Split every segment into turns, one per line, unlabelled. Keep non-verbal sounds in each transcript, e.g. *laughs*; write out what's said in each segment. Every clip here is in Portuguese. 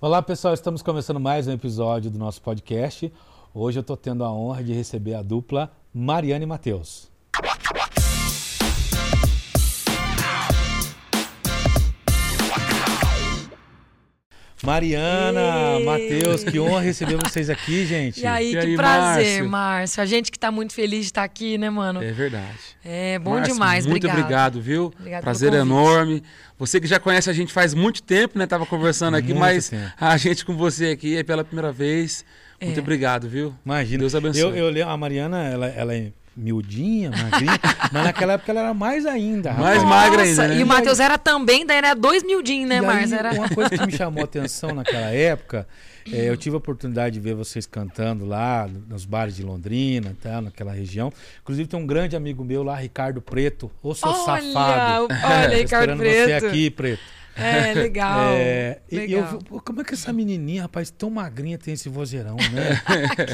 Olá pessoal, estamos começando mais um episódio do nosso podcast. Hoje eu estou tendo a honra de receber a dupla Mariana e Matheus. Mariana,
Ei!
Matheus, que honra receber vocês aqui, gente.
E aí,
E
que
aí,
prazer,
Márcio?
Márcio. A gente que tá muito feliz de estar aqui, né, mano?
É verdade.
É, bom
Márcio,
demais,
Muito
obrigado.
obrigado, viu?
Obrigado
Prazer
pelo convite.
enorme. Você que já conhece a gente faz muito tempo, né? Tava conversando aqui,
Muito
mas
tempo.
a gente com você aqui é pela primeira vez. Muito
É.
obrigado, viu?
Imagina.
Deus abençoe.
Eu, eu lembro, a Mariana, ela, ela é miudinha, magrinha, *laughs* mas naquela época ela era mais ainda. rapaz.
Mais magra ainda,
Nossa,
né?
E o Matheus era também, daí era dois miudinhos, né,
E aí,
Márcio? Era...
Uma coisa
*laughs*
que me chamou a atenção naquela época, é, eu tive a oportunidade de ver vocês cantando lá no- nos bares de Londrina, tá, naquela região. Inclusive tem um grande amigo meu lá, Ricardo Preto, ô seu safado.
*laughs* Olha, olha,
*laughs* Tô
Ricardo
esperando
Preto.
você aqui, Preto.
É,
*laughs*
legal.
É, e
legal.
eu vi, pô, como é que essa menininha, rapaz, tão magrinha tem esse vozeirão,
*laughs*
né?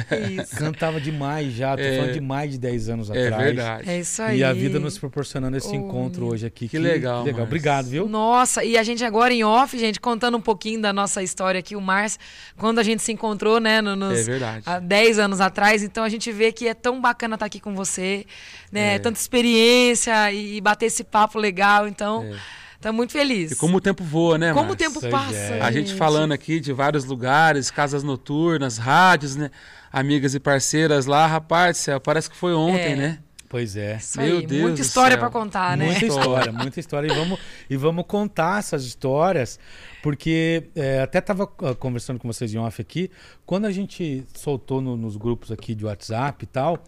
Que
*laughs*
isso.
Cantava demais já, tô
É.
falando de mais de 10 anos
É
atrás.
verdade.
É isso aí.
E a vida nos proporcionando esse
Ô,
encontro hoje aqui.
Que legal, Márcio.
Obrigado, viu?
Nossa, e a gente agora em off, gente, contando um pouquinho da nossa história aqui, o Márcio, quando a gente se encontrou, né, no- nos,
É verdade.
há 10 anos atrás, então a gente vê que é tão bacana estar aqui com você, né,
É.
tanta experiência e, e bater esse papo legal, então,
É.
tá muito feliz.
E como o tempo voa, né,
Como o
Márcio?
tempo
Nossa,
passa,
gente.
é. A gente falando aqui de vários lugares, casas noturnas, rádios, né? Amigas e parceiras lá, rapaz, do céu, parece que foi ontem,
É.
né?
Pois é.
Isso
Meu
aí,
Deus
muita
do
história
céu.
pra contar, né? *laughs*
Muita história, muita história. E vamos, e vamos contar essas histórias, porque é, até estava conversando com vocês em off aqui. Quando a gente soltou no- nos grupos aqui de WhatsApp e tal,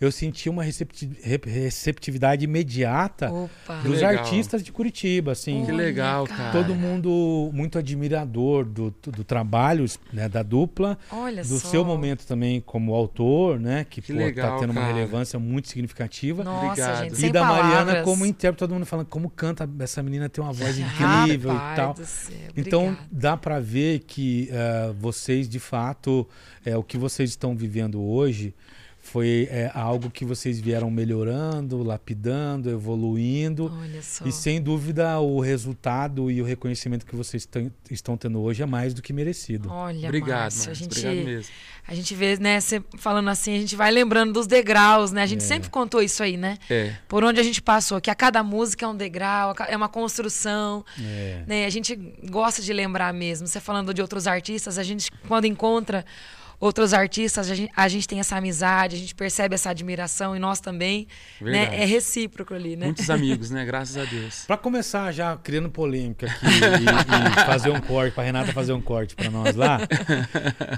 eu senti uma recepti- re- receptividade imediata
Opa.
dos
legal.
artistas de Curitiba, assim.
Que
Olha,
legal,
cara.
cara.
Todo mundo muito admirador do, do trabalho né, da dupla.
Olha
do
só.
seu momento também como autor, né? Que,
Que
pô, tá
legal,
tendo uma
cara.
relevância muito significativa.
Nossa,
Obrigado.
gente,
E
sem
e da
palavras. Ah,
Mariana como intérprete, todo mundo falando como canta, essa menina tem uma voz
Rapaz
incrível e tal.
do céu,
Então
obrigada.
dá pra ver que eh, vocês de fato eh, o que vocês estão vivendo hoje foi eh, algo que vocês vieram melhorando, lapidando, evoluindo.
Olha só.
E sem dúvida o resultado e o reconhecimento que vocês ten- estão tendo hoje é mais do que merecido.
Olha,
Obrigado,
Márcio,
Márcio.
a gente
Obrigado mesmo.
A gente vê, né, cê falando assim, a gente vai lembrando dos degraus, né? A gente
É.
sempre contou isso aí, né?
É.
Por onde a gente passou, que a cada música é um degrau, a ca- é uma construção,
É.
né? A gente gosta de lembrar mesmo. Você falando de outros artistas, a gente quando encontra outros artistas, a gente, a gente tem essa amizade, a gente percebe essa admiração e nós também, né?
Verdade.
É recíproco ali, né?
Muitos amigos, né? Graças a Deus.
Pra começar já criando polêmica aqui e,
*laughs*
e fazer um corte, pra Renata fazer um corte pra nós lá,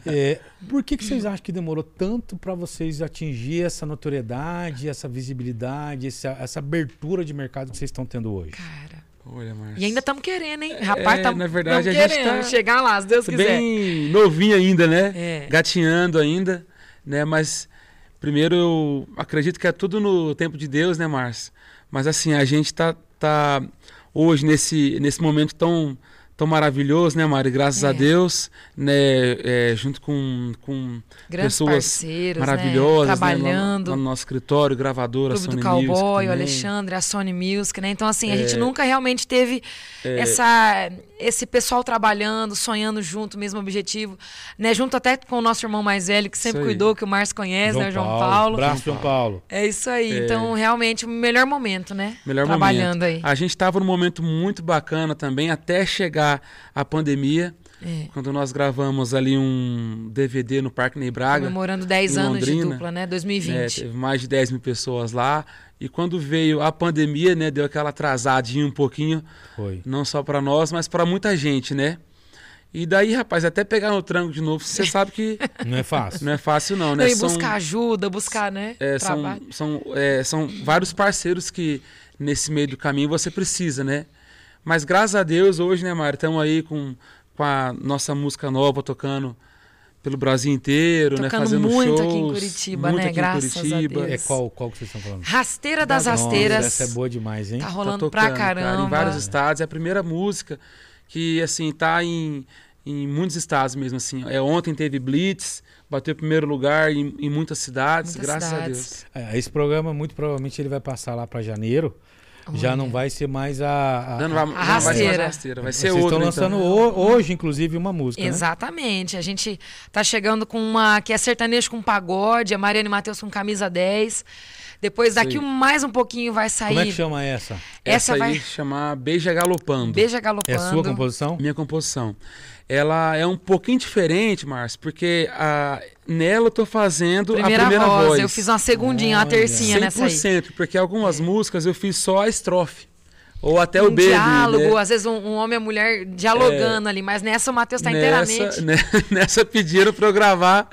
é, por que, que vocês acham que demorou tanto pra vocês atingir essa notoriedade, essa visibilidade, essa, essa abertura de mercado que vocês estão tendo hoje?
Cara.
Olha, Márcio.
E ainda estamos querendo, hein? Rapaz,
É,
estamos
na verdade, a gente
querendo
tá-
chegar lá, se Deus quiser.
bem novinho ainda, né?
É.
Gatinhando ainda, né? Mas primeiro eu acredito que é tudo no tempo de Deus, né, Márcio? Mas assim, a gente tá, tá hoje nesse, nesse momento tão, tão maravilhoso, né, Mari? Graças
É.
a Deus, né? É, junto com, com
Grandes
pessoas
parceiros, né?
maravilhosas, né?
Trabalhando.
Lá no, lá no nosso escritório, gravadora,
Clube do
Sony
Cowboy,
Music
o
também.
Alexandre, a Sony Music, né? Então, assim, a
É.
gente nunca realmente teve essa, esse pessoal trabalhando, sonhando junto, mesmo objetivo, né? Junto até com o nosso irmão mais velho, que sempre
Isso aí.
cuidou, que o Márcio conhece, né? O João Paulo.
Braço, João Paulo.
É isso aí.
É.
Então, realmente, o melhor momento, né?
Melhor
Trabalhando aí.
momento. A gente estava num momento muito bacana também, até chegar a pandemia.
É.
Quando nós gravamos ali um DVD no Parque Ney Braga.
Comemorando 10
em
anos de
Londrina,
dupla, né?
né,
2020.
teve mais de 10 mil pessoas lá. E quando veio a pandemia, né? Deu aquela atrasadinha um pouquinho,
Foi.
não só para nós, mas para muita gente, né? E daí, rapaz, até pegar no tranco de novo, você
*laughs*
sabe que
Não é fácil.
não é fácil não, né?
Não, e
São-
buscar ajuda, buscar, né?
é, são,
trabalho.
são, é, são vários parceiros que nesse meio do caminho você precisa, né? Mas graças a Deus, hoje, né, Mário, estamos aí com, com a nossa música nova tocando pelo Brasil inteiro, né?
Tocando
Fazendo
muito
shows,
aqui em Curitiba,
muito
né?
aqui em
Graças a
Curitiba.
Deus.
É qual, qual que vocês estão falando?
Rasteira das
Nossa,
Rasteiras.
Essa é boa demais, hein?
Tá
Tá
rolando pra
tocando, cara,
caramba.
em vários estados. É a primeira música que, assim, tá em, em muitos estados mesmo, assim. É, ontem teve Blitz, bateu primeiro lugar em, em muitas cidades,
Muitas
graças
cidades.
a Deus.
É, esse programa, muito provavelmente, ele vai passar lá pra janeiro. já não vai ser mais a. a-
Não, não vai,
a-
não vai ser mais
rasteira.
rasteira, vai ser
É, Vocês
outro. então.
estão lançando ho- hoje, inclusive, uma música. né?
Exatamente. A gente tá chegando com uma que é sertanejo com pagode, a Mariana e Matheus com camisa 10. Depois daqui
Sim.
um- mais um pouquinho vai
Como é que
sair
chama essa?
Essa
Essa, aí
vai-
chamar Beija Galopando.
Beija
É
Galopando.
a sua composição?
Minha composição. Ela é um pouquinho diferente, Márcio, porque a- nela eu tô fazendo
Primeira,
a primeira
voz.
voz.
Eu fiz uma segundinha, uma
Olha.
tercinha nessa aí. É.
100%, porque algumas músicas eu fiz só a estrofe. Ou até é o
um
baby.
diálogo,
né? É.
às vezes um, um homem e a mulher dialogando ali, mas nessa o Matheus tá inteiramente.
Nessa, né? *laughs* nessa pediram pra eu gravar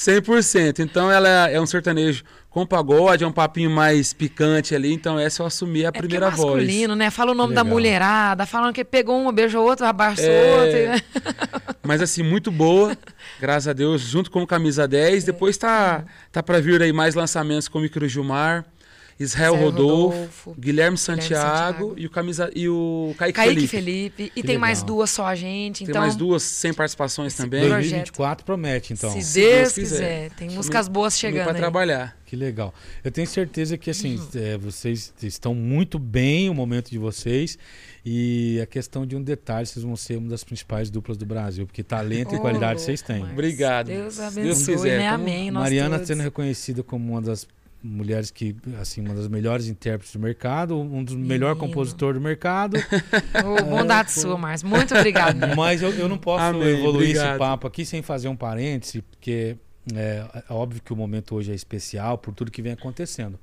100%. Então ela é um sertanejo com pagode, é um papinho mais picante ali. Então essa eu assumi a
É porque
primeira
é
voz.
masculino, né? Fala o nome da
Legal.
mulherada, falando que pegou um, beijou outro, abraçou né?
É.
outro.
Mas assim, muito boa. Graças a Deus, junto com o Camisa 10. Depois tá, tá para vir aí mais lançamentos com o Micro Gilmar, Israel
Israel
Rodolfo,
Rodolfo,
Guilherme, Santiago,
Santiago.
e o camisa e o Kaique,
Kaique
É Felipe.
Felipe. E tem
legal.
mais duas só, gente.
Tem
Então,
mais duas sem participações também.
projeto.
2024 promete, então.
se
se
Deus
Deus quiser.
quiser. Tem músicas boas chegando
Para
aí.
trabalhar.
Que legal. Eu tenho certeza que assim,
Uhum.
é, vocês estão muito bem o momento de vocês. E a questão de um detalhe, vocês vão ser uma das principais duplas do Brasil, porque talento e
Ô,
qualidade vocês têm.
Marcos,
Obrigado.
Deus
Se Deus
abençoe,
quiser.
né?
Então,
Amém. nós
Mariana
todos.
sendo reconhecida como uma das mulheres que, assim, uma das melhores intérpretes do mercado, um dos melhores
Menino.
compositores do mercado. é-
Ô,
*laughs*
bondade sua, Márcio. Muito obrigado. mesmo.
Mas eu, eu não posso
Amém,
evoluir esse
obrigado.
papo aqui sem fazer um parêntese, porque é, é óbvio que o momento hoje é especial por tudo que vem acontecendo.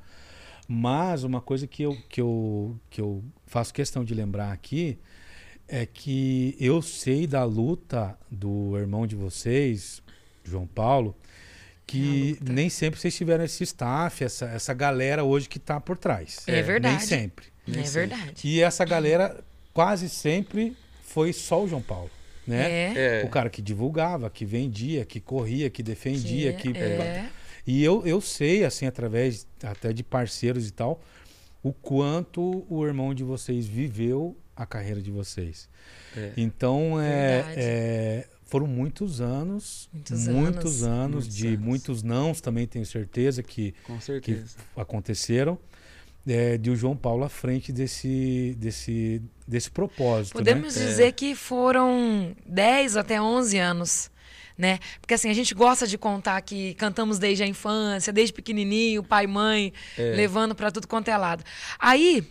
Mas uma coisa que eu, que eu, que eu faço questão de lembrar aqui é que eu sei da luta do irmão de vocês, João Paulo,
É
que nem sempre vocês tiveram esse staff, essa, essa galera hoje que está por trás.
É
Nem
verdade.
sempre.
É
Nem sei.
verdade.
E essa galera quase sempre foi só o João Paulo, né?
É.
É.
O cara que divulgava, que vendia, que corria, que defendia, que,
é.
e eu, eu sei assim através até de parceiros e tal o quanto o irmão de vocês viveu a carreira de vocês.
É.
Então é,
Verdade.
é, foram muitos anos,
Muitos anos.
muitos anos,
Muitos
de
anos.
muitos nãos também tenho certeza que
Com certeza.
aconteceram é, de o João Paulo à frente desse desse desse propósito,
Podemos
né?
dizer que foram 10 até 11 anos, né? Porque assim, a gente gosta de contar que cantamos desde a infância, desde pequenininho, pai e mãe, levando pra tudo quanto é lado. Aí,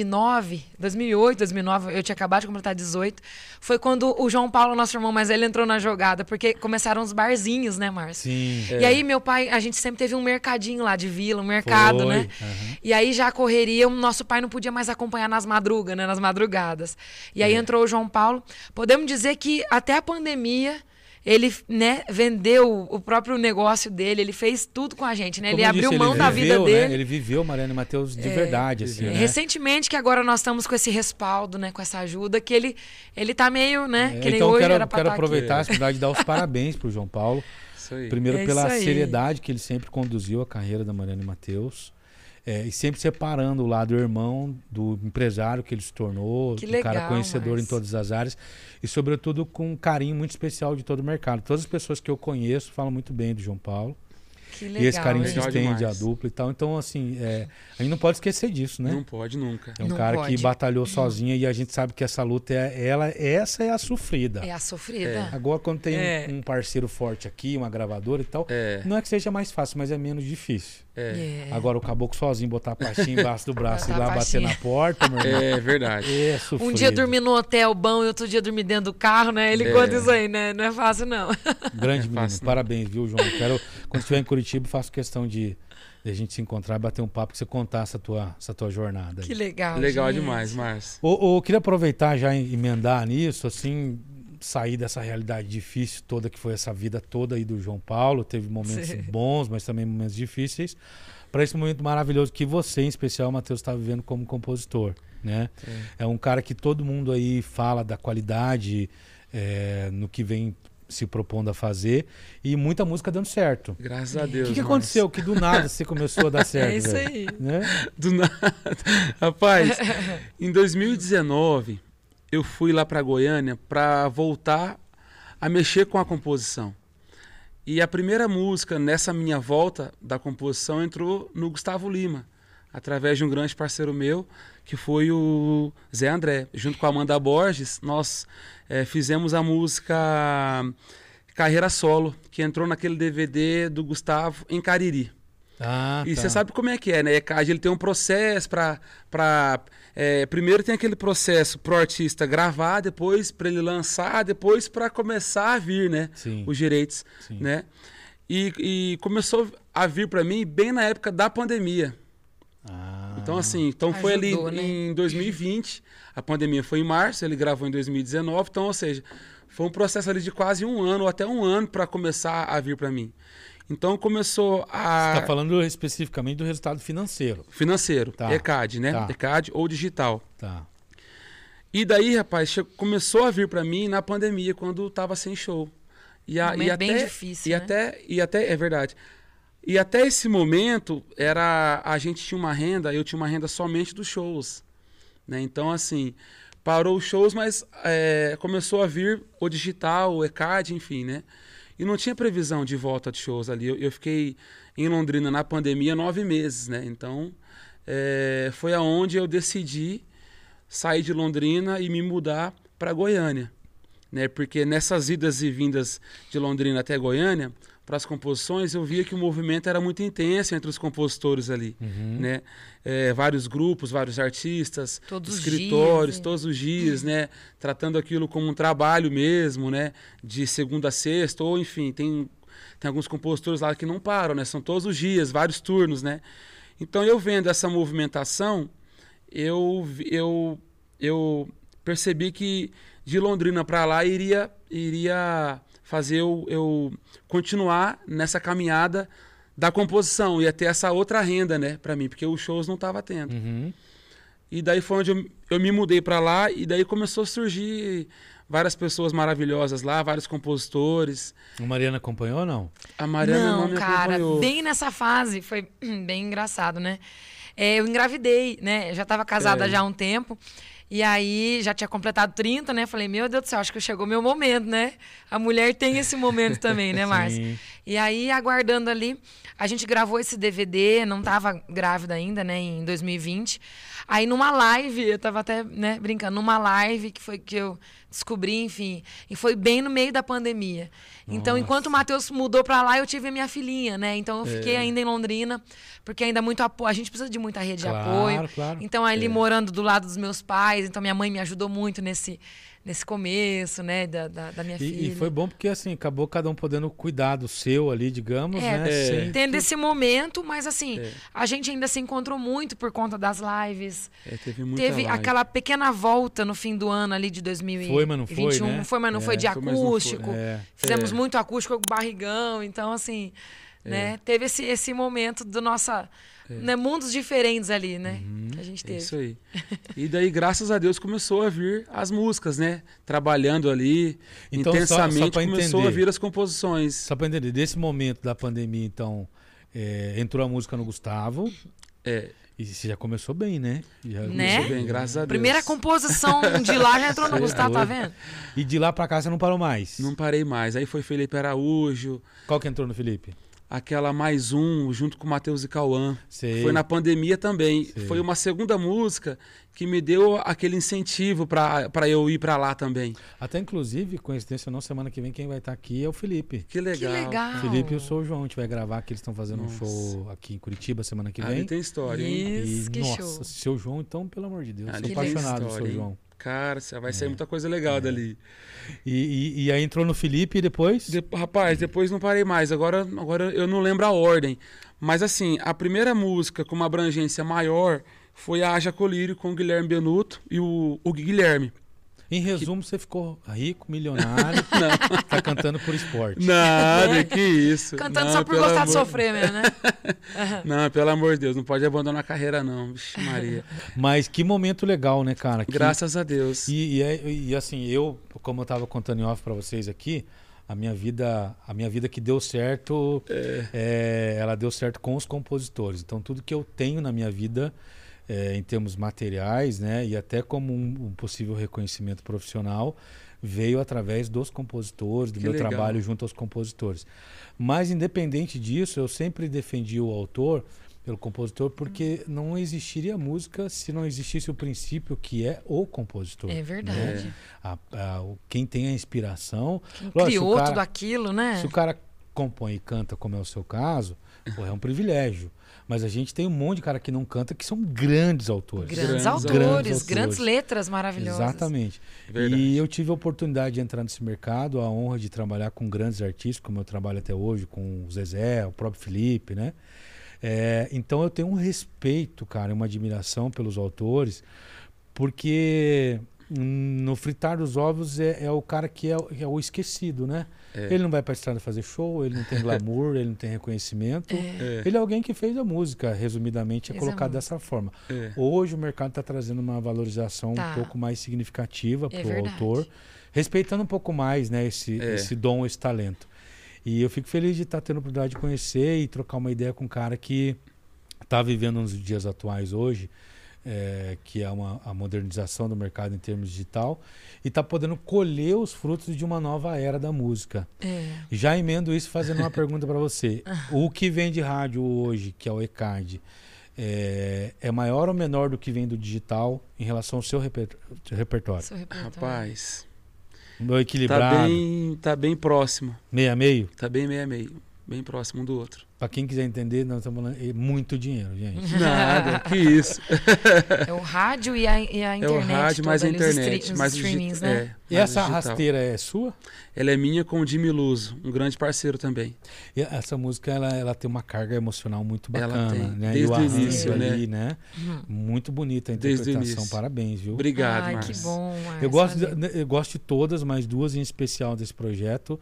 2009, 2008, 2009, eu tinha acabado de completar 18, foi quando o João Paulo, nosso irmão mais velho, entrou na jogada, porque começaram os barzinhos, né, Márcio?
Sim.
E aí, meu pai, a gente sempre teve um mercadinho lá de vila, um mercado,
Foi,
né? E aí já a correria, o nosso pai não podia mais acompanhar nas madrugas, né? Nas madrugadas. E
É.
aí entrou o João Paulo. Podemos dizer que até a pandemia. Ele, né, vendeu o próprio negócio dele, ele fez tudo com a gente, né?
Como
ele
eu
abriu
disse,
mão da vida
viveu, né?
dele. É.
Ele viveu Mariana e Matheus de verdade, assim, né?
Recentemente que agora nós estamos com esse respaldo, né, com essa ajuda que ele ele tá meio, né,
É,
que nem
então eu
hoje
quero,
era pra
quero
tá aqui.
aproveitar a oportunidade de dar os parabéns pro João Paulo.
Isso aí.
Primeiro
É
pela
isso aí.
seriedade que ele sempre conduziu a carreira da Mariana e Matheus. É, e sempre separando o lado irmão do empresário que ele se tornou,
Que
do cara
legal,
conhecedor em
Márcio.
todas as áreas. E, sobretudo, com um carinho muito especial de todo o mercado. Todas as pessoas que eu conheço falam muito bem do João Paulo.
Que legal,
e esse carinho
hein?
se
legal
estende à
demais.
dupla e tal. Então, assim, é, a gente não pode esquecer disso, né?
Não pode nunca.
É um
Não
cara
pode. Hum.
que batalhou sozinha e a gente sabe que essa luta é ela, essa é a sofrida.
É a sofrida.
Agora quando tem um-
É.
um parceiro forte aqui, uma gravadora e tal,
É,
não é que seja mais fácil, mas é menos difícil.
É.
é.
Agora o caboclo sozinho botar a
*laughs*
pastinha embaixo do braço e ir
Botar a
lá bater
pastinha.
na porta, meu irmão.
É verdade.
É sofrido.
Um dia dormir no hotel bom e outro dia dormir dentro do carro, né? Ele
É.
conta isso aí, né? Não é fácil, não. *laughs*
Grande
É
menino.
fácil, né?
Parabéns, viu, João? Quero quando estiver em Curitiba, faço questão de, de a gente se encontrar, bater um papo, que você contar essa tua, essa tua jornada. aí.
Que legal.
Legal
gente.
demais, Márcio.
Ô, ô, eu queria aproveitar já e emendar nisso, assim, sair dessa realidade difícil toda que foi essa vida toda aí do João Paulo. Teve momentos
Sim.
bons, mas também momentos difíceis. Para esse momento maravilhoso que você, em especial, Matheus, está vivendo como compositor, né? É um cara que todo mundo aí fala da qualidade é, no que vem se propondo a fazer e muita música dando certo.
Graças a
O
Deus.
que, que
Márcio.
aconteceu que do nada você começou a dar certo?
É isso
velho?
aí.
Né?
Do nada. *laughs* Rapaz, em 2019, eu fui lá para Goiânia para voltar a mexer com a composição. E a primeira música nessa minha volta da composição entrou no Gustavo Lima, através de um grande parceiro meu, que foi o Zé André. Junto com a Amanda Borges, nós é, fizemos a música eh, Carreira Solo, que entrou naquele DVD do Gustavo em Cariri.
Ah,
E
tá.
você sabe como é que é, né? ECAD ele tem um processo para. Pra, é, primeiro tem aquele processo pro artista gravar, depois para ele lançar, depois para começar a vir, né?
Sim.
Os direitos,
Sim.
né? E, e começou a vir para mim bem na época da pandemia.
Ah,
Então, assim, então foi ali
Ajudou, né?
em 2020, a pandemia foi em março, ele gravou em 2019, então, ou seja, foi um processo ali de quase um ano, ou até um ano, para começar a vir para mim. Então começou a.
Tá falando especificamente do resultado financeiro.
Financeiro,
Tá.
ECAD, né?
Tá.
ECAD ou digital.
Tá.
E daí, rapaz, che- começou a vir para mim na pandemia, quando tava sem show. E, a,
Momento
e até,
bem difícil,
e
né?
até E até, é verdade. E até esse momento, era a gente tinha uma renda, eu tinha uma renda somente dos shows. né? Então, assim, parou os shows, mas é, começou a vir o digital, o ECAD, enfim, né? E não tinha previsão de volta de shows ali. Eu, eu fiquei em Londrina na pandemia nove meses, né? Então, é, foi aonde eu decidi sair de Londrina e me mudar para Goiânia. Né? Porque nessas idas e vindas de Londrina até Goiânia, para as composições, eu via que o movimento era muito intenso entre os compositores ali. Né? É, vários grupos, vários artistas,
Todos os
escritórios,
dias, né?
todos os dias, né? Tratando aquilo como um trabalho mesmo, né? De segunda a sexta, ou enfim, tem, tem alguns compositores lá que não param, né? São todos os dias, vários turnos, né? Então eu vendo essa movimentação, eu, vi- eu, eu percebi que de Londrina para lá iria, iria fazer eu, eu continuar nessa caminhada da composição, ia ter essa outra renda, né, para mim, porque os shows não tava tendo.
Uhum.
E daí foi onde eu, eu me mudei para lá e daí começou a surgir várias pessoas maravilhosas lá, vários compositores.
A Mariana acompanhou ou não?
A Mariana é não,
não,
me
cara,
acompanhou.
bem nessa fase foi *clears throat* bem engraçado, né? É, eu engravidei, né? Eu já tava casada
É.
já há um tempo. E aí já tinha completado 30, né? Falei, meu Deus do céu, acho que chegou meu momento, né? A mulher tem esse momento também,
*laughs*
né, Márcia?
Sim.
E aí, aguardando ali, a gente gravou esse DVD, não tava grávida ainda, né, em 2020. Aí numa live, eu tava até, né, brincando, numa live que foi que eu descobri, enfim, e foi bem no meio da pandemia. Então, enquanto o Matheus mudou pra lá, eu tive a minha filhinha, né? Então eu
É.
fiquei ainda em Londrina, porque ainda muito apoio, a gente precisa de muita rede
Claro,
de apoio.
claro. É.
Então ali morando do lado dos meus pais, então minha mãe me ajudou muito nesse nesse começo, né, da, da, da minha
E,
filha.
e foi bom porque assim, acabou cada um podendo cuidar do seu ali, digamos,
É,
né?
é.
Sem-
tendo esse momento, mas assim, a gente ainda se encontrou muito por conta das lives.
É, teve muita
Teve
live.
aquela pequena volta no fim do ano ali de 2021.
Foi, mas não foi, né?
Foi, mas não
É,
foi de
foi, mas não foi.
acústico.
É.
Fizemos
É.
muito acústico com barrigão, então assim, né? Teve esse, esse momento do nossa, né, mundos diferentes ali, né? Que a gente
É
teve.
Isso aí. E daí, graças a Deus, começou a vir as músicas, né? Trabalhando ali,
Então, só- só
intensamente,
pra
começou
entender.
a vir as composições.
Só pra entender, desse momento da pandemia, então, é, entrou a música no Gustavo.
É,
E você já começou bem, né? Já
Né?
começou
bem, graças a Deus.
Primeira composição de lá já entrou no
Cê é
Gustavo, tá
doido.
vendo?
E de lá pra cá você não parou mais.
Não parei mais. Aí foi Felipe Araújo,
Qual que entrou no Felipe?
aquela Mais Um, junto com o Matheus e Cauã.
Sei.
Foi na pandemia também.
Sei.
Foi uma segunda música que me deu aquele incentivo para eu ir para lá também.
Até inclusive, coincidência ou não, semana que vem quem vai estar aqui é o Felipe.
Que legal.
Que legal.
Felipe e eu sou o João, a gente vai gravar que eles estão fazendo um
Nossa. Ah,
show aqui em Curitiba semana que
Ali
vem.
tem história, hein?
Isso,
E,
que
nossa,
show.
seu João, então, pelo amor de Deus,
Ali
sou
tem
apaixonado do seu
Ah, história, hein?
João. É.
Cara, cê- vai sair muita coisa legal dali.
E, e- e aí entrou no Felipe e depois?
De- rapaz, depois não parei mais. Agora, agora eu não lembro a ordem. Mas assim, a primeira música com uma abrangência maior foi a Haja Colírio com o Guilherme Benuto e o, o Guilherme.
*laughs* Em resumo, você ficou rico,
*laughs*
milionário, tá cantando por esporte.
Nada, que isso.
Cantando
Não,
só por
pelo
gostar de
amor-
sofrer mesmo, né?
Não, pelo amor de Deus, não pode abandonar a carreira, não.
*laughs*
Vixe, Maria.
Mas que momento legal, né, cara? Que-
Graças a Deus.
E, e é- e, assim, eu, como eu tava contando em off pra vocês aqui, a minha vida, a minha vida que deu certo, é, ela deu certo com os compositores. Então tudo que eu tenho na minha vida é, em termos materiais, né, e até como um, um possível reconhecimento profissional, veio através dos compositores, do
Que
meu
legal.
trabalho junto aos compositores. Mas independente disso, eu sempre defendi o autor pelo compositor, porque não existiria música se não existisse o princípio que é o compositor.
É verdade.
né? A- a- o- quem tem a inspiração. Lógico, se o
Criou
cara-
tudo aquilo, né?
Se o cara compõe e canta, como é o seu caso, pô, é um privilégio. Mas a gente tem um monte de cara que não canta que são grandes autores.
Grandes
Grandes
autores,
autores.
grandes, letras maravilhosas.
Exatamente.
Verdade.
E eu tive a oportunidade de entrar nesse mercado, a honra de trabalhar com grandes artistas, como eu trabalho até hoje, com o Zezé, o próprio Felipe, né? É, então eu tenho um respeito, cara, uma admiração pelos autores, porque hum, no fritar dos ovos é, é o cara que é, o- é o esquecido, né?
É.
Ele não vai pra estrada fazer show, ele não tem glamour, *laughs* ele não tem reconhecimento.
É.
É,
Ele é alguém que fez a música, resumidamente, é
Fez a
colocado
música.
dessa forma.
é.
Hoje o mercado está trazendo uma valorização um
Tá.
pouco mais significativa
É
para o
verdade.
autor, respeitando um pouco mais né, esse,
É.
esse dom, esse talento. E eu fico feliz de estar tendo a oportunidade de conhecer e trocar uma ideia com um cara que está vivendo nos dias atuais hoje, é, que é uma, a modernização do mercado em termos digital, e está podendo colher os frutos de uma nova era da música.
É.
Já emendo isso fazendo
*laughs*
uma pergunta para você. O que vem de rádio hoje, que é o ECAD, é, é maior ou menor do que vem do digital em relação ao seu reper- repertório?
Seu é repertório.
Rapaz,
Meu
tá
equilibrado,
bem, tá bem próximo.
meio a meio?
Tá bem meio a meio. Bem próximo um do outro.
Para quem quiser entender, nós estamos falando é muito dinheiro,
Hum.
gente.
Nada, que isso.
É o rádio e a, e a
É
internet.
o rádio mais a
toda, ali, os
internet.
stre- os
mais o digi-
streamings,
é,
né?
mais
E
o
essa
digital.
rasteira é sua?
Ela é minha com o Jimmy Luso, um grande parceiro também.
E essa música ela, ela tem uma carga emocional muito
Ela
bacana,
tem,
né? e
desde
o
o
arranjo
início,
né?
ali, né? Muito bonita a
Desde o
interpretação.
início.
Parabéns, viu?
Obrigado,
Uhum. Ai,
Marcos.
que bom, Marcos.
Eu gosto,
olha.
de, né, eu gosto de todas, mas duas em especial desse projeto.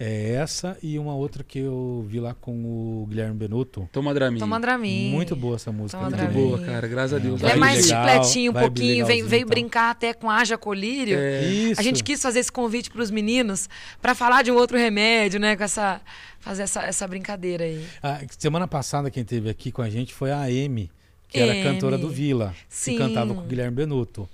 É essa e uma outra que eu vi lá com o Guilherme Benuto.
Toma Dramin.
Toma Dramin.
Muito boa essa música.
Toma
Muito
também.
Dramin.
boa, cara. Graças a Deus.
Ele é
Vibe
mais
legal,
chicletinho um
vibe
pouquinho, veio,
legalzinho,
veio
então.
brincar até com Haja Colírio.
É.
Isso.
A gente quis fazer esse convite para os meninos para falar de um outro remédio, né? Com essa, fazer essa, essa brincadeira aí.
Ah, semana passada quem teve aqui com a gente foi a Amy, que era
Amy.
cantora do Vila,
Sim.
que cantava com o Guilherme Benuto.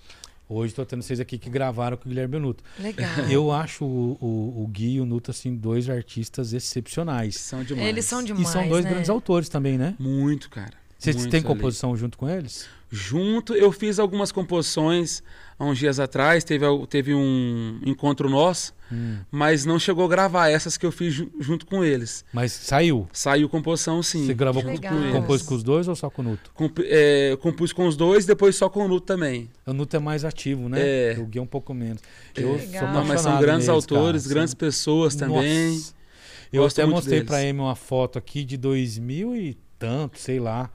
Hoje estou tendo vocês aqui que gravaram com o Guilherme Benuto.
Legal.
Eu acho o, o- o Gui e o Nuto assim dois artistas excepcionais.
São demais.
Eles são demais.
e são dois
né?
grandes autores também, né?
Muito, cara.
Vocês
Muito
têm
ali.
composição junto com eles?
Junto, eu fiz algumas composições há uns dias atrás. Teve, al- teve um encontro nosso,
Hum.
mas não chegou a gravar essas que eu fiz ju- junto com eles.
Mas saiu.
Saiu composição, sim.
Você gravou
Que
com,
legal.
compôs com os dois ou só com o Nuto?
Comp- é, compus com os dois, depois só com o Nuto também.
O Nuto é mais ativo, né?
É.
O Gui é um pouco menos. Eu
É.
sou
Legal.
Não, mas são
apaixonado
grandes
neles,
autores,
cara.
grandes pessoas
Nossa.
também.
Eu
Gosto
até
muito
mostrei
deles.
pra Amy uma foto aqui de 2000 e tanto, sei lá,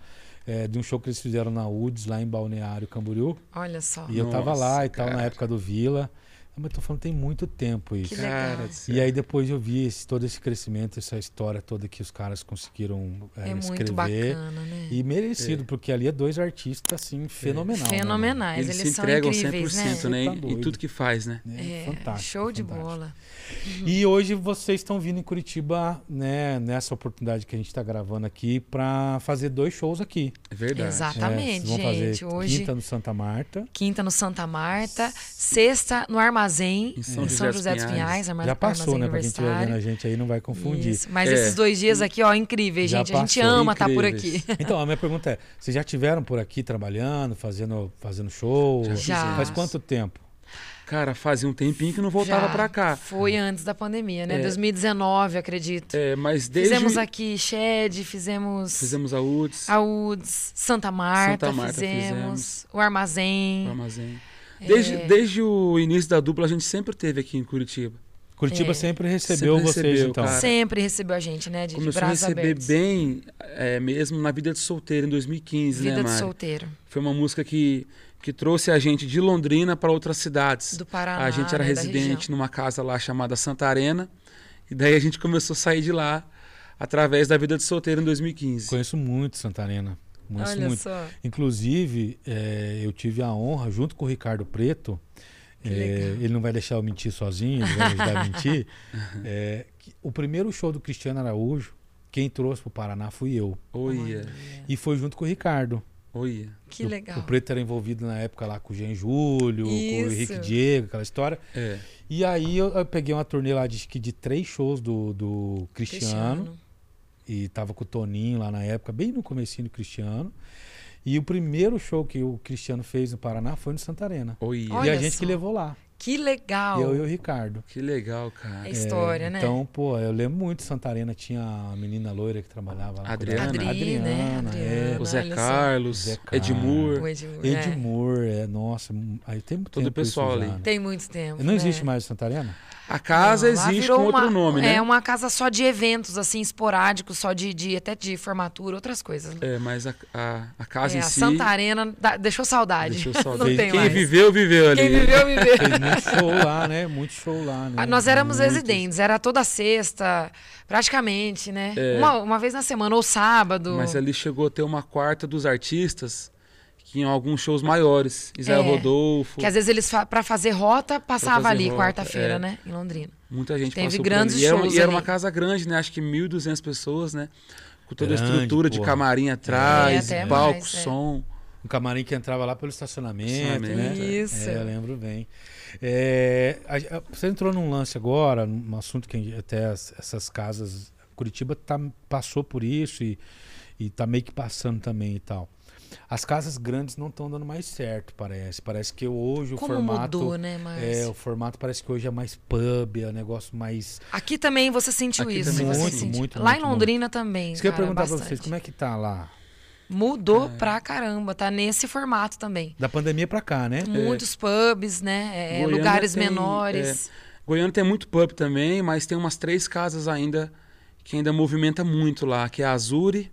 é, de um show que eles fizeram na UDS, lá em Balneário Camboriú.
Olha só.
E eu tava
Nossa,
lá e tal, na
cara.
época do Vila. Ah, Mas tô falando, tem muito tempo isso.
Que
Cara,
legal.
do céu.
E aí depois eu vi esse- todo esse crescimento, essa história toda que os caras conseguiram é,
É
escrever.
muito bacana, né?
E merecido, porque ali é dois artistas, assim, fenomenal. né, mano?
Fenomenais.
eles,
Eles,
se
são
entregam
incríveis,
né?
100% né?
Você tá
em
doido.
tudo que faz, né?
É,
É,
fantástico.
show de
fantástico.
bola.
E hoje vocês estão vindo em Curitiba, né, nessa oportunidade que a gente está gravando aqui, para fazer dois shows aqui.
É verdade.
É,
Exatamente,
vocês vão fazer
gente. Hoje,
Quinta no Santa Marta.
quinta no Santa Marta, sexta no Armazém,
Em São
em São
José dos
José dos
Pinhais.
Pinhais, Arma-
Já passou,
Armazém
né? Para quem estiver vendo
Universitário.
a gente aí, não vai confundir.
Isso. *laughs* Mas
É.
esses dois dias aqui, ó, incríveis,
Já
gente. A gente
passou.
ama estar por aqui.
Incríveis.
Então, a minha pergunta é: vocês já tiveram por aqui trabalhando, fazendo, fazendo show?
Já
Já.
Faz quanto tempo?
Cara, fazia um tempinho que não voltava
Já
pra cá.
Foi antes da pandemia, né?
É.
2019, acredito.
É, mas desde
Fizemos aqui Shed, fizemos,
fizemos a UTS,
a UDS, Santa Marta,
Santa Marta
fizemos,
fizemos.
o Armazém.
o armazém.
É.
Desde, desde o início da dupla a gente sempre teve aqui em Curitiba.
Curitiba
É.
sempre recebeu
Sempre
vocês,
recebeu,
então.
cara.
Sempre recebeu a gente, né? De, de
Começou a
braços
receber
abertos.
bem é, mesmo na vida de solteiro em 2015,
Vida
né,
de
Mari?
solteiro.
Foi uma música que, que trouxe a gente de Londrina para outras cidades.
Do Paraná.
a gente era
né, da
residente
região.
numa casa lá chamada Santa Arena. E daí a gente começou a sair de lá através da vida de solteiro em 2015.
Conheço muito Santarena.
né,
Conheço
Olha
muito.
só.
Inclusive, eh, eu tive a honra, junto com o Ricardo Preto,
Que
eh,
legal.
ele não vai deixar eu mentir sozinho, ele vai me ajudar a
*laughs*
mentir. eh, que o primeiro show do Cristiano Araújo, quem trouxe para o Paraná fui eu.
Olha,
E foi junto com o Ricardo.
olha.
Que
O-
legal.
O Preto era envolvido na época lá com o Jean Júlio, com o
Isso.
Henrique Diego, aquela história.
É.
E aí eu, eu peguei uma turnê lá de, acho que de três shows do, do Cristiano.
Cristiano.
E tava com o Toninho lá na época, bem no comecinho do Cristiano. E o primeiro show que o Cristiano fez no Paraná foi no Santa Arena.
Oi,
e a
Olha
gente
só.
que levou lá.
Que
E
legal.
eu e o Ricardo.
que legal, cara.
É história, né?
Então, pô, eu lembro muito de Santa Arena. Tinha a menina loira que trabalhava lá.
Adriana.
cuidava-
Adri, né?
é.
O
Adriana.
Zé
olha só.
Carlos,
Zé Carlos.
Edmur.
O Edmur, é.
Edmur, é, nossa, m- aí tem muito
Todo
tempo isso
pessoal
já,
ali.
né?
Tem muito tempo.
Não existe
né?
mais Santa Arena?
A casa
Não, lá
existe
virou
com outro
uma-
nome, né?
É uma casa só de eventos, assim, esporádicos, só de, de- até de formatura, outras coisas.
É, mas a, a, a casa
É,
em
a
si.
Santa Arena dá- deixou saudade.
Deixou
*laughs* Não
saudade.
tem
Quem
mais.
viveu, viveu ali. né?
Quem viveu, viveu.
Fez muito show lá, né? Muito show lá, né?
Ah, Nós éramos
Muito.
residentes, era toda sexta, praticamente, né?
É.
Uma, uma vez na semana, ou sábado.
Mas ali chegou a ter uma quarta dos artistas que em alguns shows maiores. Israel
É.
Rodolfo.
Que às vezes eles, fa pra fazer rota, passava
fazer
ali,
rota,
quarta-feira,
é.
né? Em Londrina.
Muita gente
Teve
passou
grandes
por ali. E era-
shows
E era
ali.
uma casa grande, né? Acho que 1.200 pessoas, né? Com toda a
Grande,
estrutura de
porra.
camarim atrás,
É, até
palco,
mais, é.
som.
Um camarim que entrava lá pelo estacionamento, né?
Estacionamento, É.
Isso.
É, eu lembro bem. É, a- a- você entrou num lance agora, num assunto que até as- essas casas. Curitiba tá- passou por isso e, e tá meio que passando também e tal. As casas grandes não estão dando mais certo, parece. Parece que hoje o
Como
formato.
mudou, né, Márcio?
É, o formato parece que hoje é mais pub, é um negócio mais.
Aqui também você sentiu
Aqui
isso.
também
você
muito,
sentiu.
muito,
Lá
muito,
em Londrina também.
Isso que eu ia
cara,
perguntar pra
bastante.
vocês, como é que tá lá?
Mudou pra caramba, tá nesse formato também.
Da pandemia pra cá, né?
Muitos pubs, né? É,
Goiânia
lugares
tem,
menores.
Goiânia tem muito pub também, mas tem umas três casas ainda que ainda movimenta muito lá, que é a Azuri,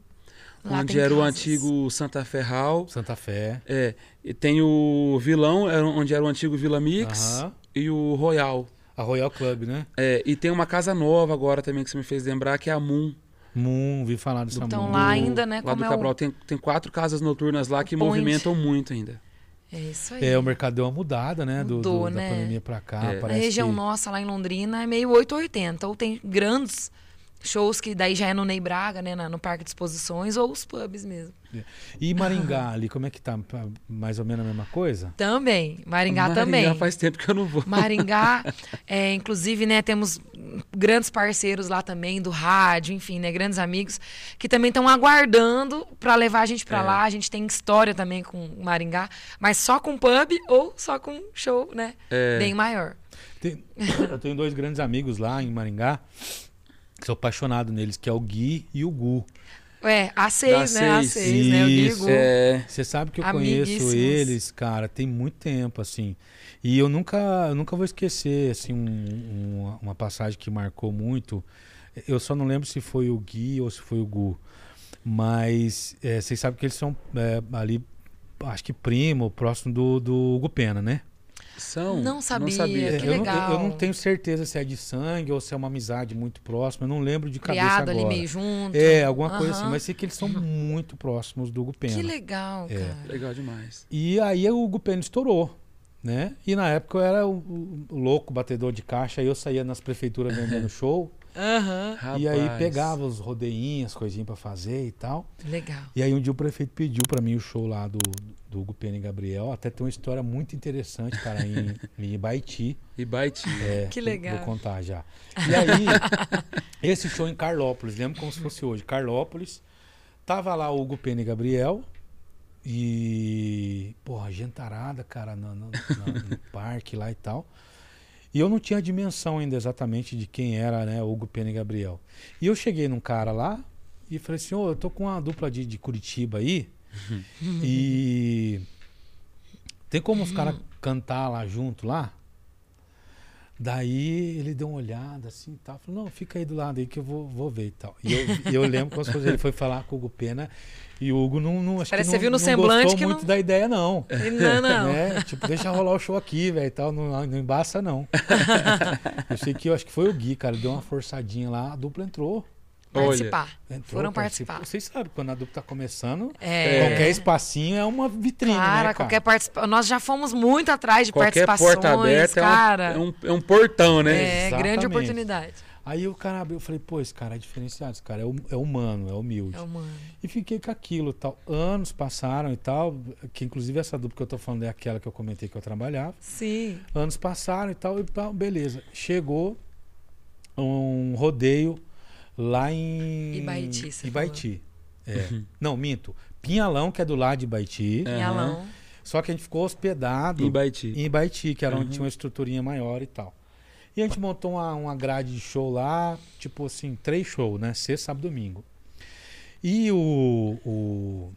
é,
Lá
onde
tem
era o
casas.
antigo Santa Ferral.
Santa Fé.
É, e tem o Vilão, é, onde era o antigo Vila Mix,
Aham.
e o Royal.
A Royal Club, né?
É, e tem uma casa nova agora também que você me fez lembrar, que é a Moon.
Moon, vi falar dessa
Então,
Moon.
lá ainda, né,
Lá
como
do
é o-
Cabral. Tem, tem quatro casas noturnas lá que
Point.
movimentam muito ainda.
É isso aí.
É, o mercado deu uma mudada, né? do-
Mudou,
do-
né?
Da pandemia pra cá.
É. A
A
Parece
região
que...
nossa lá em Londrina é meio 880. Ou tem grandes shows que daí já é no Ney Braga, né? na- No Parque de Exposições, ou os pubs mesmo.
E
Ah.
Maringá ali, como é que tá? Tá Mais ou menos a mesma coisa?
Também. Maringá,
Maringá
também.
faz tempo que eu não vou.
Maringá, é, inclusive, né, temos grandes parceiros lá também do rádio, enfim, né, grandes amigos que também estão aguardando para levar a gente para
É.
lá. A gente tem história também com Maringá, mas só com pub ou só com show, né,
É.
bem maior.
Tem- *coughs* Eu tenho dois grandes amigos lá em Maringá. que Sou apaixonado neles, que é o Gui e o Gu.
É, a seis,
Da
né, a
seis.
seis, né, eu
Isso.
digo.
É,
Você sabe que eu
Amiguíssimos.
conheço eles, cara, tem muito tempo, assim. E eu nunca, eu nunca vou esquecer, assim, um- uma, uma passagem que marcou muito. Eu só não lembro se foi o Gui ou se foi o Gu. Mas é, vocês sabem que eles são é, ali, acho que primo, próximo do, do Hugo Pena, né?
são.
Não sabia,
É,
que
eu, não,
legal.
eu não tenho certeza se é de sangue ou se é uma amizade muito próxima. Eu não lembro de cabeça
Criado ali
agora.
meio junto.
é, alguma coisa assim.
Aham.
Mas sei que eles são muito próximos do Hugo Pena.
Que legal,
É.
cara.
Legal demais.
E aí o Hugo Pena estourou, né? E na época eu era o, o- o louco batedor de caixa, aí eu saía nas prefeituras vendendo show
Aham,
e aí
Rapaz.
pegava os rodeinhas, coisinha pra fazer e tal.
legal.
E aí um dia o prefeito pediu pra mim o show lá do, do Hugo Pena e Gabriel, até tem uma história muito interessante, cara, em, *laughs* em Ibaiti.
E Baiti.
É,
Que
vou-
legal.
Vou contar já. E aí,
*laughs*
esse show em Carlópolis, lembro como se fosse hoje. Carlópolis, tava lá o Hugo Pena e Gabriel. E, porra, gentarada, cara, no, no- na-
*laughs*
no parque lá e tal. E eu não tinha a dimensão ainda exatamente de quem era, né, o Hugo Pena e Gabriel. E eu cheguei num cara lá e falei assim: Ô, eu tô com uma dupla de, de Curitiba aí.
*laughs*
e. Tem como os caras cantar lá junto lá? Daí ele deu uma olhada assim e tal. Falou, não, fica aí do lado aí que eu vou, vou ver e tal. E eu, e eu lembro quando ele foi falar com o Hugo Pena e o Hugo não, não acho
Parece
que
que
não,
você viu no
não
semblante
gostou
que
muito
não-
da ideia, não.
E Não, não.
Né? Tipo, deixa rolar o show aqui, velho, e tal. Não, não embaça,
*laughs*
não. eu sei que eu acho que foi o Gui, cara. Deu uma forçadinha lá, a dupla entrou.
Participar.
entrou
Foram
participou.
participar.
Vocês sabem, quando a dupla tá começando,
É.
qualquer espacinho é uma vitrine, né,
Cara,
cara?
qualquer participação. Nós já fomos muito atrás de
Qualquer
participações,
porta aberta é um-
cara.
É, um, é um portão, né?
É,
Exatamente.
grande oportunidade.
Aí o cara abriu, eu falei, pô, esse cara é diferenciado, esse cara é, hum- é humano, é humilde.
É humano.
E fiquei com aquilo, tal. Anos passaram e tal, que inclusive essa dupla que eu tô falando é aquela que eu comentei que eu trabalhava.
Sim.
Anos passaram e tal, e tal, beleza. Chegou um rodeio lá em.
Ibaiti, você
Ibaiti. É. Não, minto. Pinhalão, que é do lado de Ibaiti.
Pinhalão.
Só que a gente ficou hospedado
Em Ibaiti.
em Ibaiti, que era onde tinha uma estruturinha maior e tal. E a gente montou uma, uma grade de show lá, tipo assim, três shows, né? Sexta, sábado e domingo. E o, o,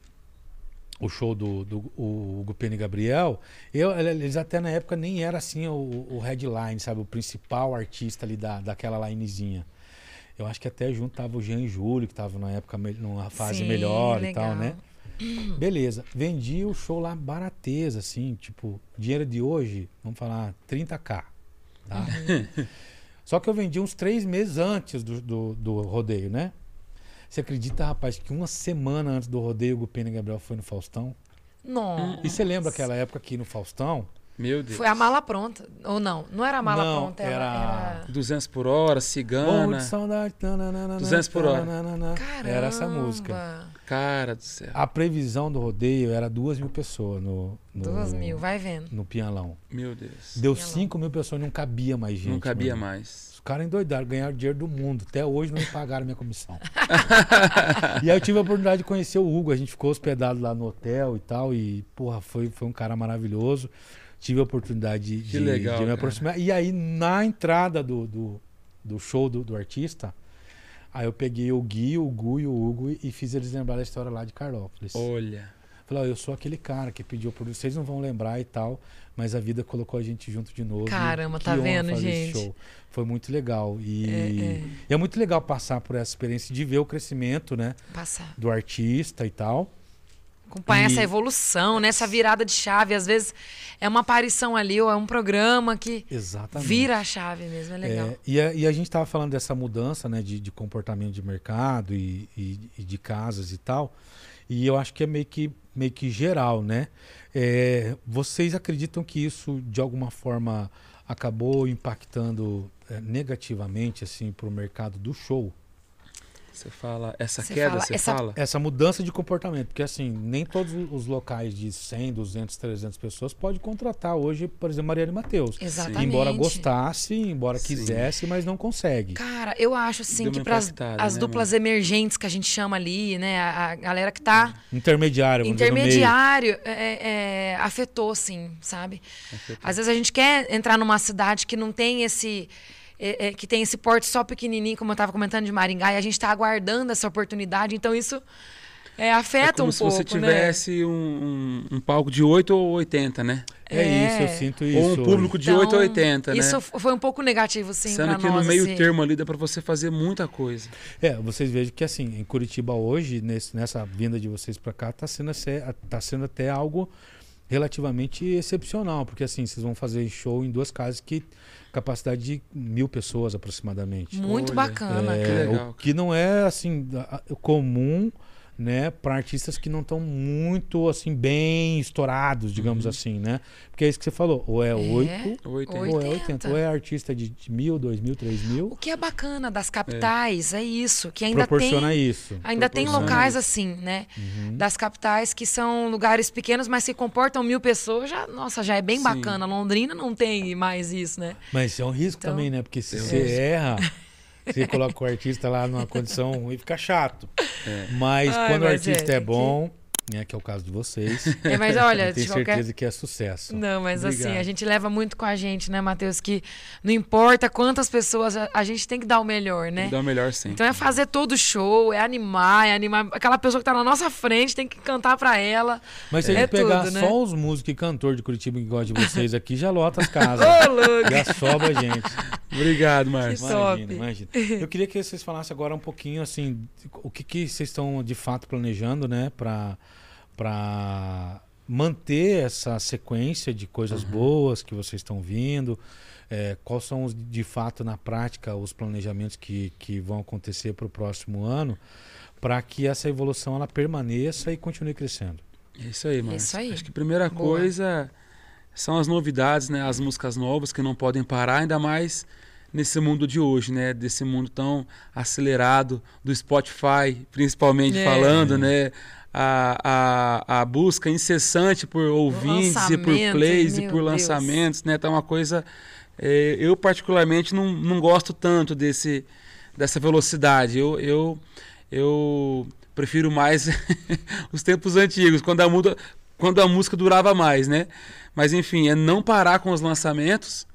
o show do, do o Gupene Gabriel, eu, eles até na época nem era assim o, o headline, sabe? O principal artista ali da, daquela linezinha. Eu acho que até junto tava o Jean e Júlio, que tava na época, me- numa fase
Sim,
melhor e tal,
legal.
né? Beleza, vendi o show lá barateza, assim, tipo, dinheiro de hoje, vamos falar, 30k.
*laughs*
Tá? Só que eu vendi uns três meses antes do, do, do rodeio, né? Você acredita, rapaz, que uma semana antes do rodeio, o Gupena Gabriel foi no Faustão?
Nossa.
E você lembra aquela época aqui no Faustão?
Meu Deus.
Foi a mala pronta. Ou não? Não era a mala
Não,
pronta, ela
era-
era.
200 por hora,
Morro
cigana.
de saudade. tananana,
200 por hora.
tananana.
Caramba.
Era essa música.
Cara do céu.
A previsão do rodeio era duas mil pessoas no, no,
Duas mil, vai vendo.
no Pinhalão.
Meu Deus.
Deu
Pinhalão.
5 mil pessoas, não cabia mais gente. né?
não cabia
mano.
mais.
Os caras endoidaram, ganharam dinheiro do mundo. Até hoje não me pagaram minha
*laughs*
comissão. e aí eu tive a oportunidade de conhecer o Hugo. A gente ficou hospedado lá no hotel e tal. E, porra, foi, foi um cara maravilhoso. Tive a oportunidade de, de-
legal,
de me
cara.
aproximar. E aí, na entrada do, do, do show do, do artista, aí eu peguei o Gui, o Gu e o Hugo e, e fiz eles lembrar da história lá de Carlópolis.
Olha.
Falei, ó, eu sou aquele cara que pediu pra vocês, não vão lembrar e tal, mas a vida colocou a gente junto de novo.
Caramba,
Que
tá
honra
vendo,
fazer esse
gente?
show. Foi muito legal. E
É, é.
e é muito legal passar por essa experiência de ver o crescimento, né,
Passar.
do artista e tal.
Acompanhar
E-
essa evolução, né? Essa virada de chave. Às vezes é uma aparição ali, ou é um programa que
Exatamente.
vira a chave mesmo. É legal.
É, e, a, e a gente estava falando dessa mudança né, de, de comportamento de mercado e, e- e de casas e tal. E eu acho que é meio que, meio que geral, né? É, vocês acreditam que isso, de alguma forma, acabou impactando é, negativamente assim, para o mercado do show?
Você fala. Essa
Você
queda,
fala-
você
essa-
fala?
Essa mudança de comportamento, porque assim, nem todos os locais de 100, 200, 300 pessoas pode contratar hoje, por exemplo, Mariana e Matheus.
Exatamente.
Embora gostasse, embora
Sim.
quisesse, mas não consegue.
Cara, eu acho assim
Deu
que
uma
para as
impactada, né,
duplas emergentes que a gente chama ali, né? A, a galera que tá
Intermediário, vamos dizer, no meio.
intermediário, é, é, afetou, sim, sabe? Às vezes a gente quer entrar numa cidade que não tem esse. é, é, que tem esse porte só pequenininho, como eu estava comentando de Maringá, e a gente está aguardando essa oportunidade, então isso é, afeta
É como
um
se
pouco. né?
você tivesse um, um- um palco de 8 ou 80, né?
É,
É.
isso, eu sinto isso.
Ou um público de 8 ou 80, né?
Então, Isso f- foi um pouco negativo, sim,
Sendo
pra
que
nós.
no meio
assim.
termo ali dá pra você fazer muita coisa.
É, vocês vejam que assim, em Curitiba hoje, nesse- nessa vinda de vocês pra cá, tá sendo, até- tá sendo até algo relativamente excepcional, porque assim, vocês vão fazer show em duas casas que capacidade de mil pessoas aproximadamente.
Muito
Olha,
bacana,
É,
que
cara.
legal.
O que não é assim a- a- comum, né, para artistas que não estão muito assim bem estourados,
Uhum.
digamos assim, né? Porque é isso que você falou, ou é oito,
Ou 80.
ou é 80, ou é artista de de mil, dois mil, três
O
mil,
que é bacana das capitais é, isso, que ainda tem
proporciona isso.
Ainda tem
Proporciona
locais
isso.
assim, né? Das capitais que são lugares pequenos, mas se comportam mil pessoas, já, nossa, já é bem
Sim.
bacana. Londrina não tem mais isso, né?
Mas é um risco
Então,
também, né? Porque se
é um
você
risco.
erra, você coloca o artista lá numa
*laughs*
condição ruim, fica chato.
É.
Mas
Ai,
quando o
mas
artista
é,
é,
tem que-
bom, né, que é o caso de vocês,
*laughs* É, mas olha,
eu tenho
de qualquer.
certeza que é sucesso.
Não, mas assim,
Obrigado.
a gente leva muito com a gente, né, Matheus? Que não importa quantas pessoas, a, a gente tem que dar o melhor, né?
Dá o melhor sempre.
Então é fazer todo o show, é animar, é animar. Aquela pessoa que tá na nossa frente tem que cantar pra ela.
Mas se a
É
gente pegar
tudo, né?
só os músicos e cantor de Curitiba que gostam de vocês aqui, já lota
*laughs*
as casas.
Ô, louco!
já sobra gente.
Obrigado, Márcio.
Isso.
Imagina,
Top.
imagina. Eu queria que vocês falassem agora um pouquinho, assim, o que, que vocês estão de fato planejando, né, pra, pra manter essa sequência de coisas boas que vocês estão vindo. É, quais são, os, de fato, na prática, os planejamentos que, que vão acontecer para o próximo ano, para que essa evolução ela permaneça e continue crescendo.
É isso aí, Márcio.
isso aí.
Acho que a primeira
Boa.
coisa são as novidades, né? As músicas novas que não podem parar, ainda mais nesse mundo de hoje, né? Desse mundo tão acelerado do Spotify, principalmente
É.
falando, né? A, a, a busca incessante por ouvintes e por
lançamento,
plays e
meu
por
Deus.
é, lançamentos, né? Tá uma coisa... eh, eu particularmente não, não gosto tanto desse dessa velocidade. Eu, eu, eu prefiro mais *laughs* os tempos antigos, quando a, muda, quando a música durava mais, né? Mas enfim, é não parar com os lançamentos.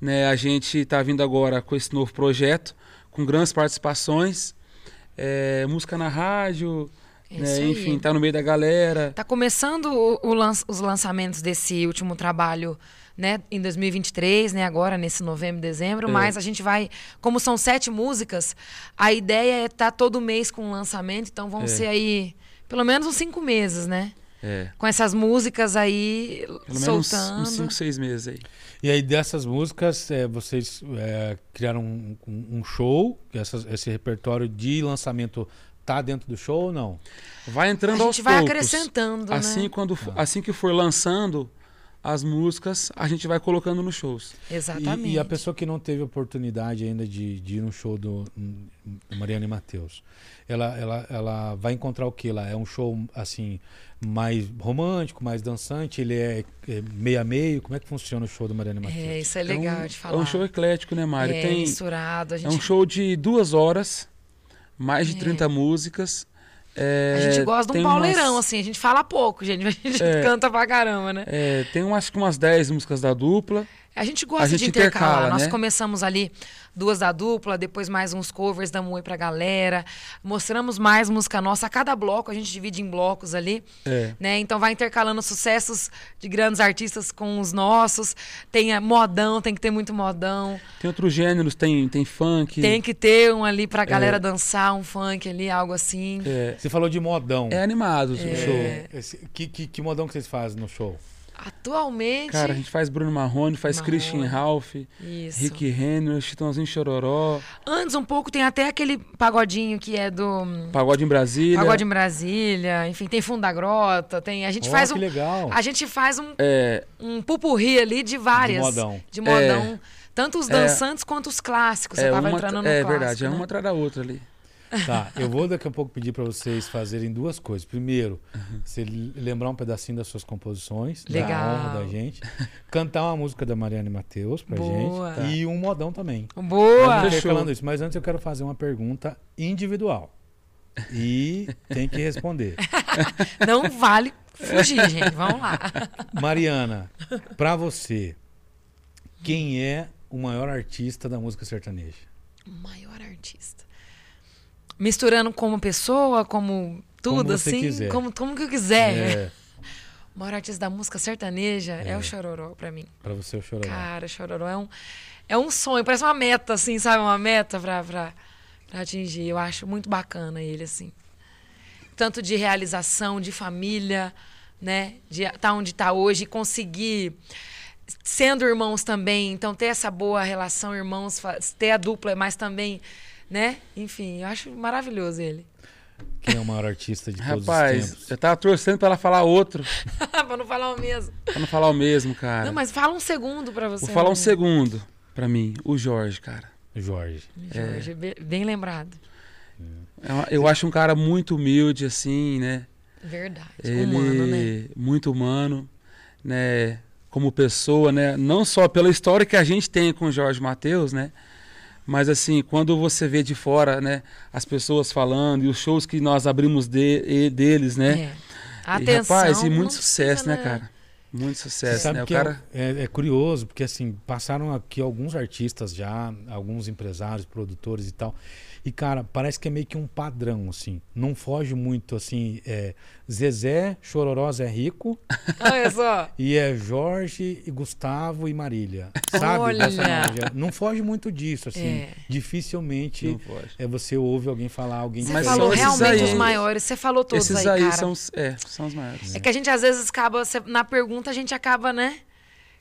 Né? A gente está vindo agora com esse novo projeto, com grandes participações, é, música na rádio,
É Isso
né?
aí.
enfim, tá no meio da galera.
Tá começando o- o lan- os lançamentos desse último trabalho, né? Em 2023, né? Agora, nesse novembro, dezembro.
É.
Mas a gente vai... Como são sete músicas, a ideia é estar todo mês com um lançamento. Então vão ser aí pelo menos uns cinco meses, né?
É.
Com essas músicas aí
Pelo menos uns-
soltando.
uns 5, 6 meses aí.
E aí dessas músicas, eh, vocês eh, criaram um, um- um show, essas- esse repertório de lançamento tá dentro do show ou não?
Vai
a
entrando aos
gente vai
poucos.
acrescentando,
Assim,
né?
quando, f- assim que for lançando as músicas, a gente vai colocando nos shows.
Exatamente.
E, e a pessoa que não teve oportunidade ainda de, de ir no show do, hum, do Mariana e Matheus, ela, ela, ela vai encontrar o que lá? É um show assim mais romântico, mais dançante? Ele é, é meio a meio? Como é que funciona o show do Mariana e Matheus?
É, isso é legal
um,
de falar.
É um show eclético, né, Mário?
É,
Tem,
misturado. A
é
gente,
um show de duas horas, mais de
É.
30 músicas.
a
É,
gente gosta de
tem
um pauleirão,
umas-
assim. A gente fala pouco, gente. mas A gente
É.
canta pra caramba, né?
é, tem umas, acho que umas 10 músicas da dupla.
A gente gosta
A gente
de intercalar.
intercala,
Nós
né?
começamos ali duas da dupla, depois mais uns covers da Mui pra galera. Mostramos mais música nossa. A cada bloco a gente divide em blocos ali.
É.
Né? Então vai intercalando sucessos de grandes artistas com os nossos. Tem a modão, tem que ter muito modão.
Tem outros gêneros, tem, tem funk.
Tem que ter um ali pra galera dançar, um funk ali, algo assim.
É,
Você falou de modão.
é animado o show.
É, esse- que, que, que modão que vocês fazem no show?
Atualmente.
Cara, a gente faz Bruno Marrone, faz
Marrone.
Christian Ralph,
Isso.
Rick Renner, Chitãozinho Chororó,
Antes um pouco tem até aquele pagodinho que é do hum,
Pagode em Brasília.
Pagode em Brasília, enfim, tem Fundo da Grota, tem, a gente
Ó,
faz
Oh, que
um
legal.
a gente faz um,
É,
um pupurri ali de várias
De modão.
de modão. tanto os dançantes quanto os clássicos. Você
é,
tava
uma-
entrando no
é
clássico,
verdade, é
né?
uma atrás da outra ali.
Tá, eu vou daqui a pouco pedir pra vocês fazerem duas coisas. Primeiro, você lembrar um pedacinho das suas composições,
Legal.
da honra da gente. Cantar uma música da Mariana e Matheus pra
Boa. Tá.
gente. E um modão também.
Boa.
Eu fiquei
Fechou.
falando isso, mas antes eu quero fazer uma pergunta individual. E tem que responder.
Não vale fugir, gente. Vamos lá. *laughs*
Mariana, pra você, quem é o maior artista da música sertaneja?
Maior artista. Misturando como pessoa, como tudo
Como você
assim,
quiser.
como como que eu quiser.
É,
O maior artista da música sertaneja é, o Chororó pra mim.
pra você eu chororó.
Cara, Chororó é um, é um sonho, parece uma meta, assim, sabe? Uma meta pra, pra, pra atingir. Eu acho muito bacana ele, assim. Tanto de realização, de família, né? De estar onde tá hoje e conseguir. Sendo irmãos também, então ter essa boa relação, irmãos, fa- ter a dupla, mas também, né? Enfim, eu acho maravilhoso ele. *laughs*
Quem é o maior artista de todos os tempos?
Rapaz, eu tava torcendo pra ela falar outro,
pra não falar o mesmo.
pra não falar o mesmo, cara.
Não, mas fala um segundo pra você.
Vou falar um
Rodrigo.
segundo pra mim, o Jorge, cara.
Jorge.
Jorge, be- bem lembrado.
É uma- Eu acho um cara muito humilde, assim, né?
Verdade.
Ele
Humano, né?
muito humano, né? Como pessoa, né? Não só pela história que a gente tem com o Jorge Mateus, né? Mas assim, quando você vê de fora, né, as pessoas falando e os shows que nós abrimos de- e deles, né?
É.
e,
Atenção.
rapaz, e
não
muito
precisa,
sucesso, né, cara? Muito
Você
sucesso,
sabe
né? O
que
cara
é, é- é curioso, porque assim, passaram aqui alguns artistas já, alguns empresários, produtores e tal. E, cara, parece que é meio que um padrão, assim. Não foge muito, assim, é Zezé, Chororó, Zé Rico,
Olha
*laughs*
só.
e é Jorge, e Gustavo e Marília. Sabe?
Olha!
Dessa margem. Não foge muito disso, assim.
É.
Dificilmente
não pode.
é, você ouve alguém falar, alguém...
Você
Mas
fala,
falou
são esses
realmente
é
aí.
os maiores. Você falou todos
Esses
aí,
aí,
cara.
são, os- é, são os maiores.
É que a gente às vezes acaba, você- na pergunta a gente acaba, né?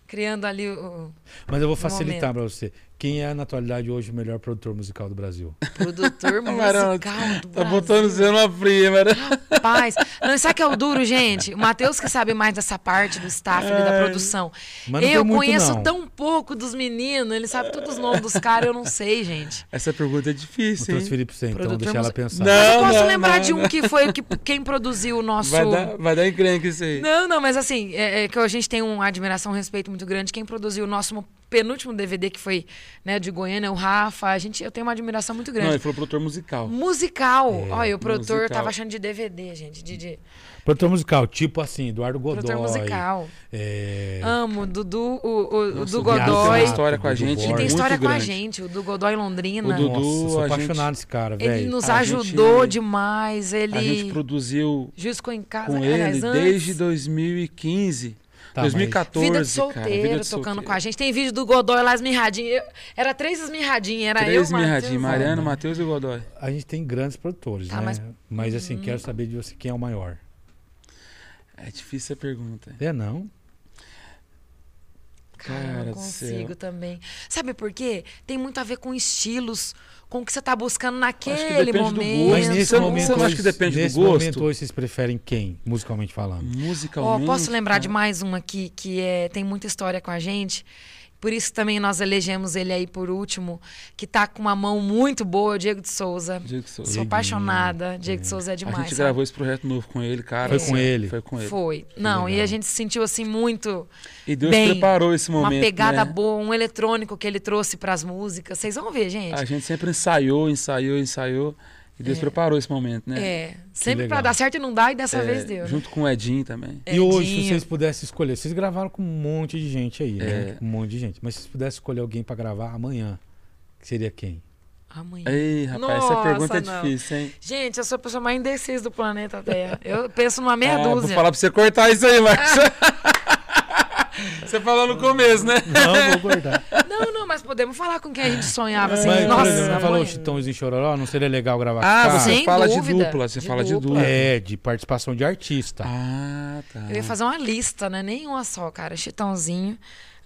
Criando ali o o
Mas eu vou
No
facilitar
momento.
pra você. Quem é, na atualidade, hoje o melhor produtor musical do Brasil?
produtor
*laughs* Camarão,
musical do
Tá
Brasil.
botando você na né? fria, mano.
*laughs* Rapaz. Não, sabe o que é o duro, gente? O Matheus que sabe mais dessa parte do staff, ali, da produção.
Mas não
eu
tem muito,
conheço
não.
tão pouco dos meninos, ele sabe todos os nomes dos caras, eu não sei, gente.
Essa pergunta é
Vou
difícil, hein?
transferir pra você, então,
Produtor
deixar ela
musical.
pensar.
Não.
eu posso
não,
lembrar
não,
de um
não.
que foi o que, quem produziu o nosso.
Vai dar, vai dar encrenca isso aí.
Não, não, mas assim, é, é que a gente tem uma admiração, um respeito muito muito grande. Quem produziu o nosso penúltimo DVD, que foi né, de Goiânia, o Rafa, a gente, eu tenho uma admiração muito grande.
Não, ele falou produtor musical.
Musical. Olha, o produtor
É, musical.
tava achando de DVD, gente. De, de-
Produtor musical, tipo assim, Eduardo Godoy.
Produtor musical. Ah.
É,
Amo, Dudu, o, o- o
Nossa,
do
o Viado
Godoy.
tem história com a
Dudu
gente.
Ele tem
Borges.
história
muito
com a
grande.
gente, o do Godoy Londrina.
O Dudu,
Nossa, sou
a gente-
apaixonado nesse cara,
ele
velho.
nos
a gente- é
ajudou demais.
A gente
Ele.
produziu
Juiz ficou em casa,
com
aliás,
ele
antes.
desde 2015.
Tá, mas-
2014,
Vida de solteiro,
cara, vida
tocando
de
com a gente. Tem vídeo do Godoy lá, as mirradinhas. Eu- Era três as mirradinhas, era
Três
eu, Matheus, né?
mirradinhos, Mariano, Matheus e Godoy.
A gente tem grandes produtores,
Tá,
né?
mas-
Mas, assim, quero saber de você quem é o maior.
É difícil a pergunta.
É não?
Cara, eu
Cara
não
do
consigo
céu.
também. Sabe por quê? Tem muito a ver com estilos, com o que você tá buscando
Acho que
naquele
depende do
momento.
gosto.
Mas
Penso.
nesse
Você não-
momento,
você não acha
hoje-
que depende do
nesse
gosto?
momento hoje vocês preferem quem, musicalmente falando?
Ó,
Musicalmente.
posso lembrar
cara.
de mais um aqui que é, tem muita história com a gente. Por isso também nós elegemos ele aí por último, que tá com uma mão muito boa, o Diego de Souza.
Diego de Souza.
Sou apaixonada, Diego de Souza é
A
demais.
gente
sabe?
gravou esse projeto novo com ele, cara.
Foi
assim,
com ele?
Foi com ele.
Foi. Não, e
legal.
a gente se sentiu assim muito
E Deus
bem.
preparou esse momento.
uma pegada
né?
boa, um eletrônico que ele trouxe pras músicas. Vocês vão ver, gente.
A gente sempre ensaiou, ensaiou, ensaiou. E Deus preparou esse momento, né?
É, sempre
legal.
pra dar certo e não dá, e dessa
É,
vez deu. né?
Junto com o Edinho também.
E hoje,
Edinho.
se vocês pudessem escolher, vocês gravaram com um monte de gente aí, né?
É.
Um monte de gente. Mas se vocês pudessem escolher alguém pra gravar amanhã, seria quem?
Amanhã.
Ei, rapaz, essa
É. Nossa,
pergunta é
não.
difícil, hein?
Gente, eu sou a pessoa mais indecisa do planeta Terra. Eu penso numa meia
Ah, vou
dúzia.
falar pra você cortar isso aí,
*laughs*
Marcos. *laughs* você falou no começo, né?
Não, vou guardar.
Não, não, mas podemos falar com quem a gente sonhitava. Assim,
Mas, por
nossa,
exemplo, não falou
amanhã.
Chitãozinho e Chororó? Não seria legal gravar
Ah,
com o
você
sem
fala de
dúvida.
dupla, você
De
fala de
dupla.
dupla.
cara? É, de participação de artista.
Ah, tá.
Eu ia fazer uma lista, né? Nenhuma só, cara. Chitãozinho,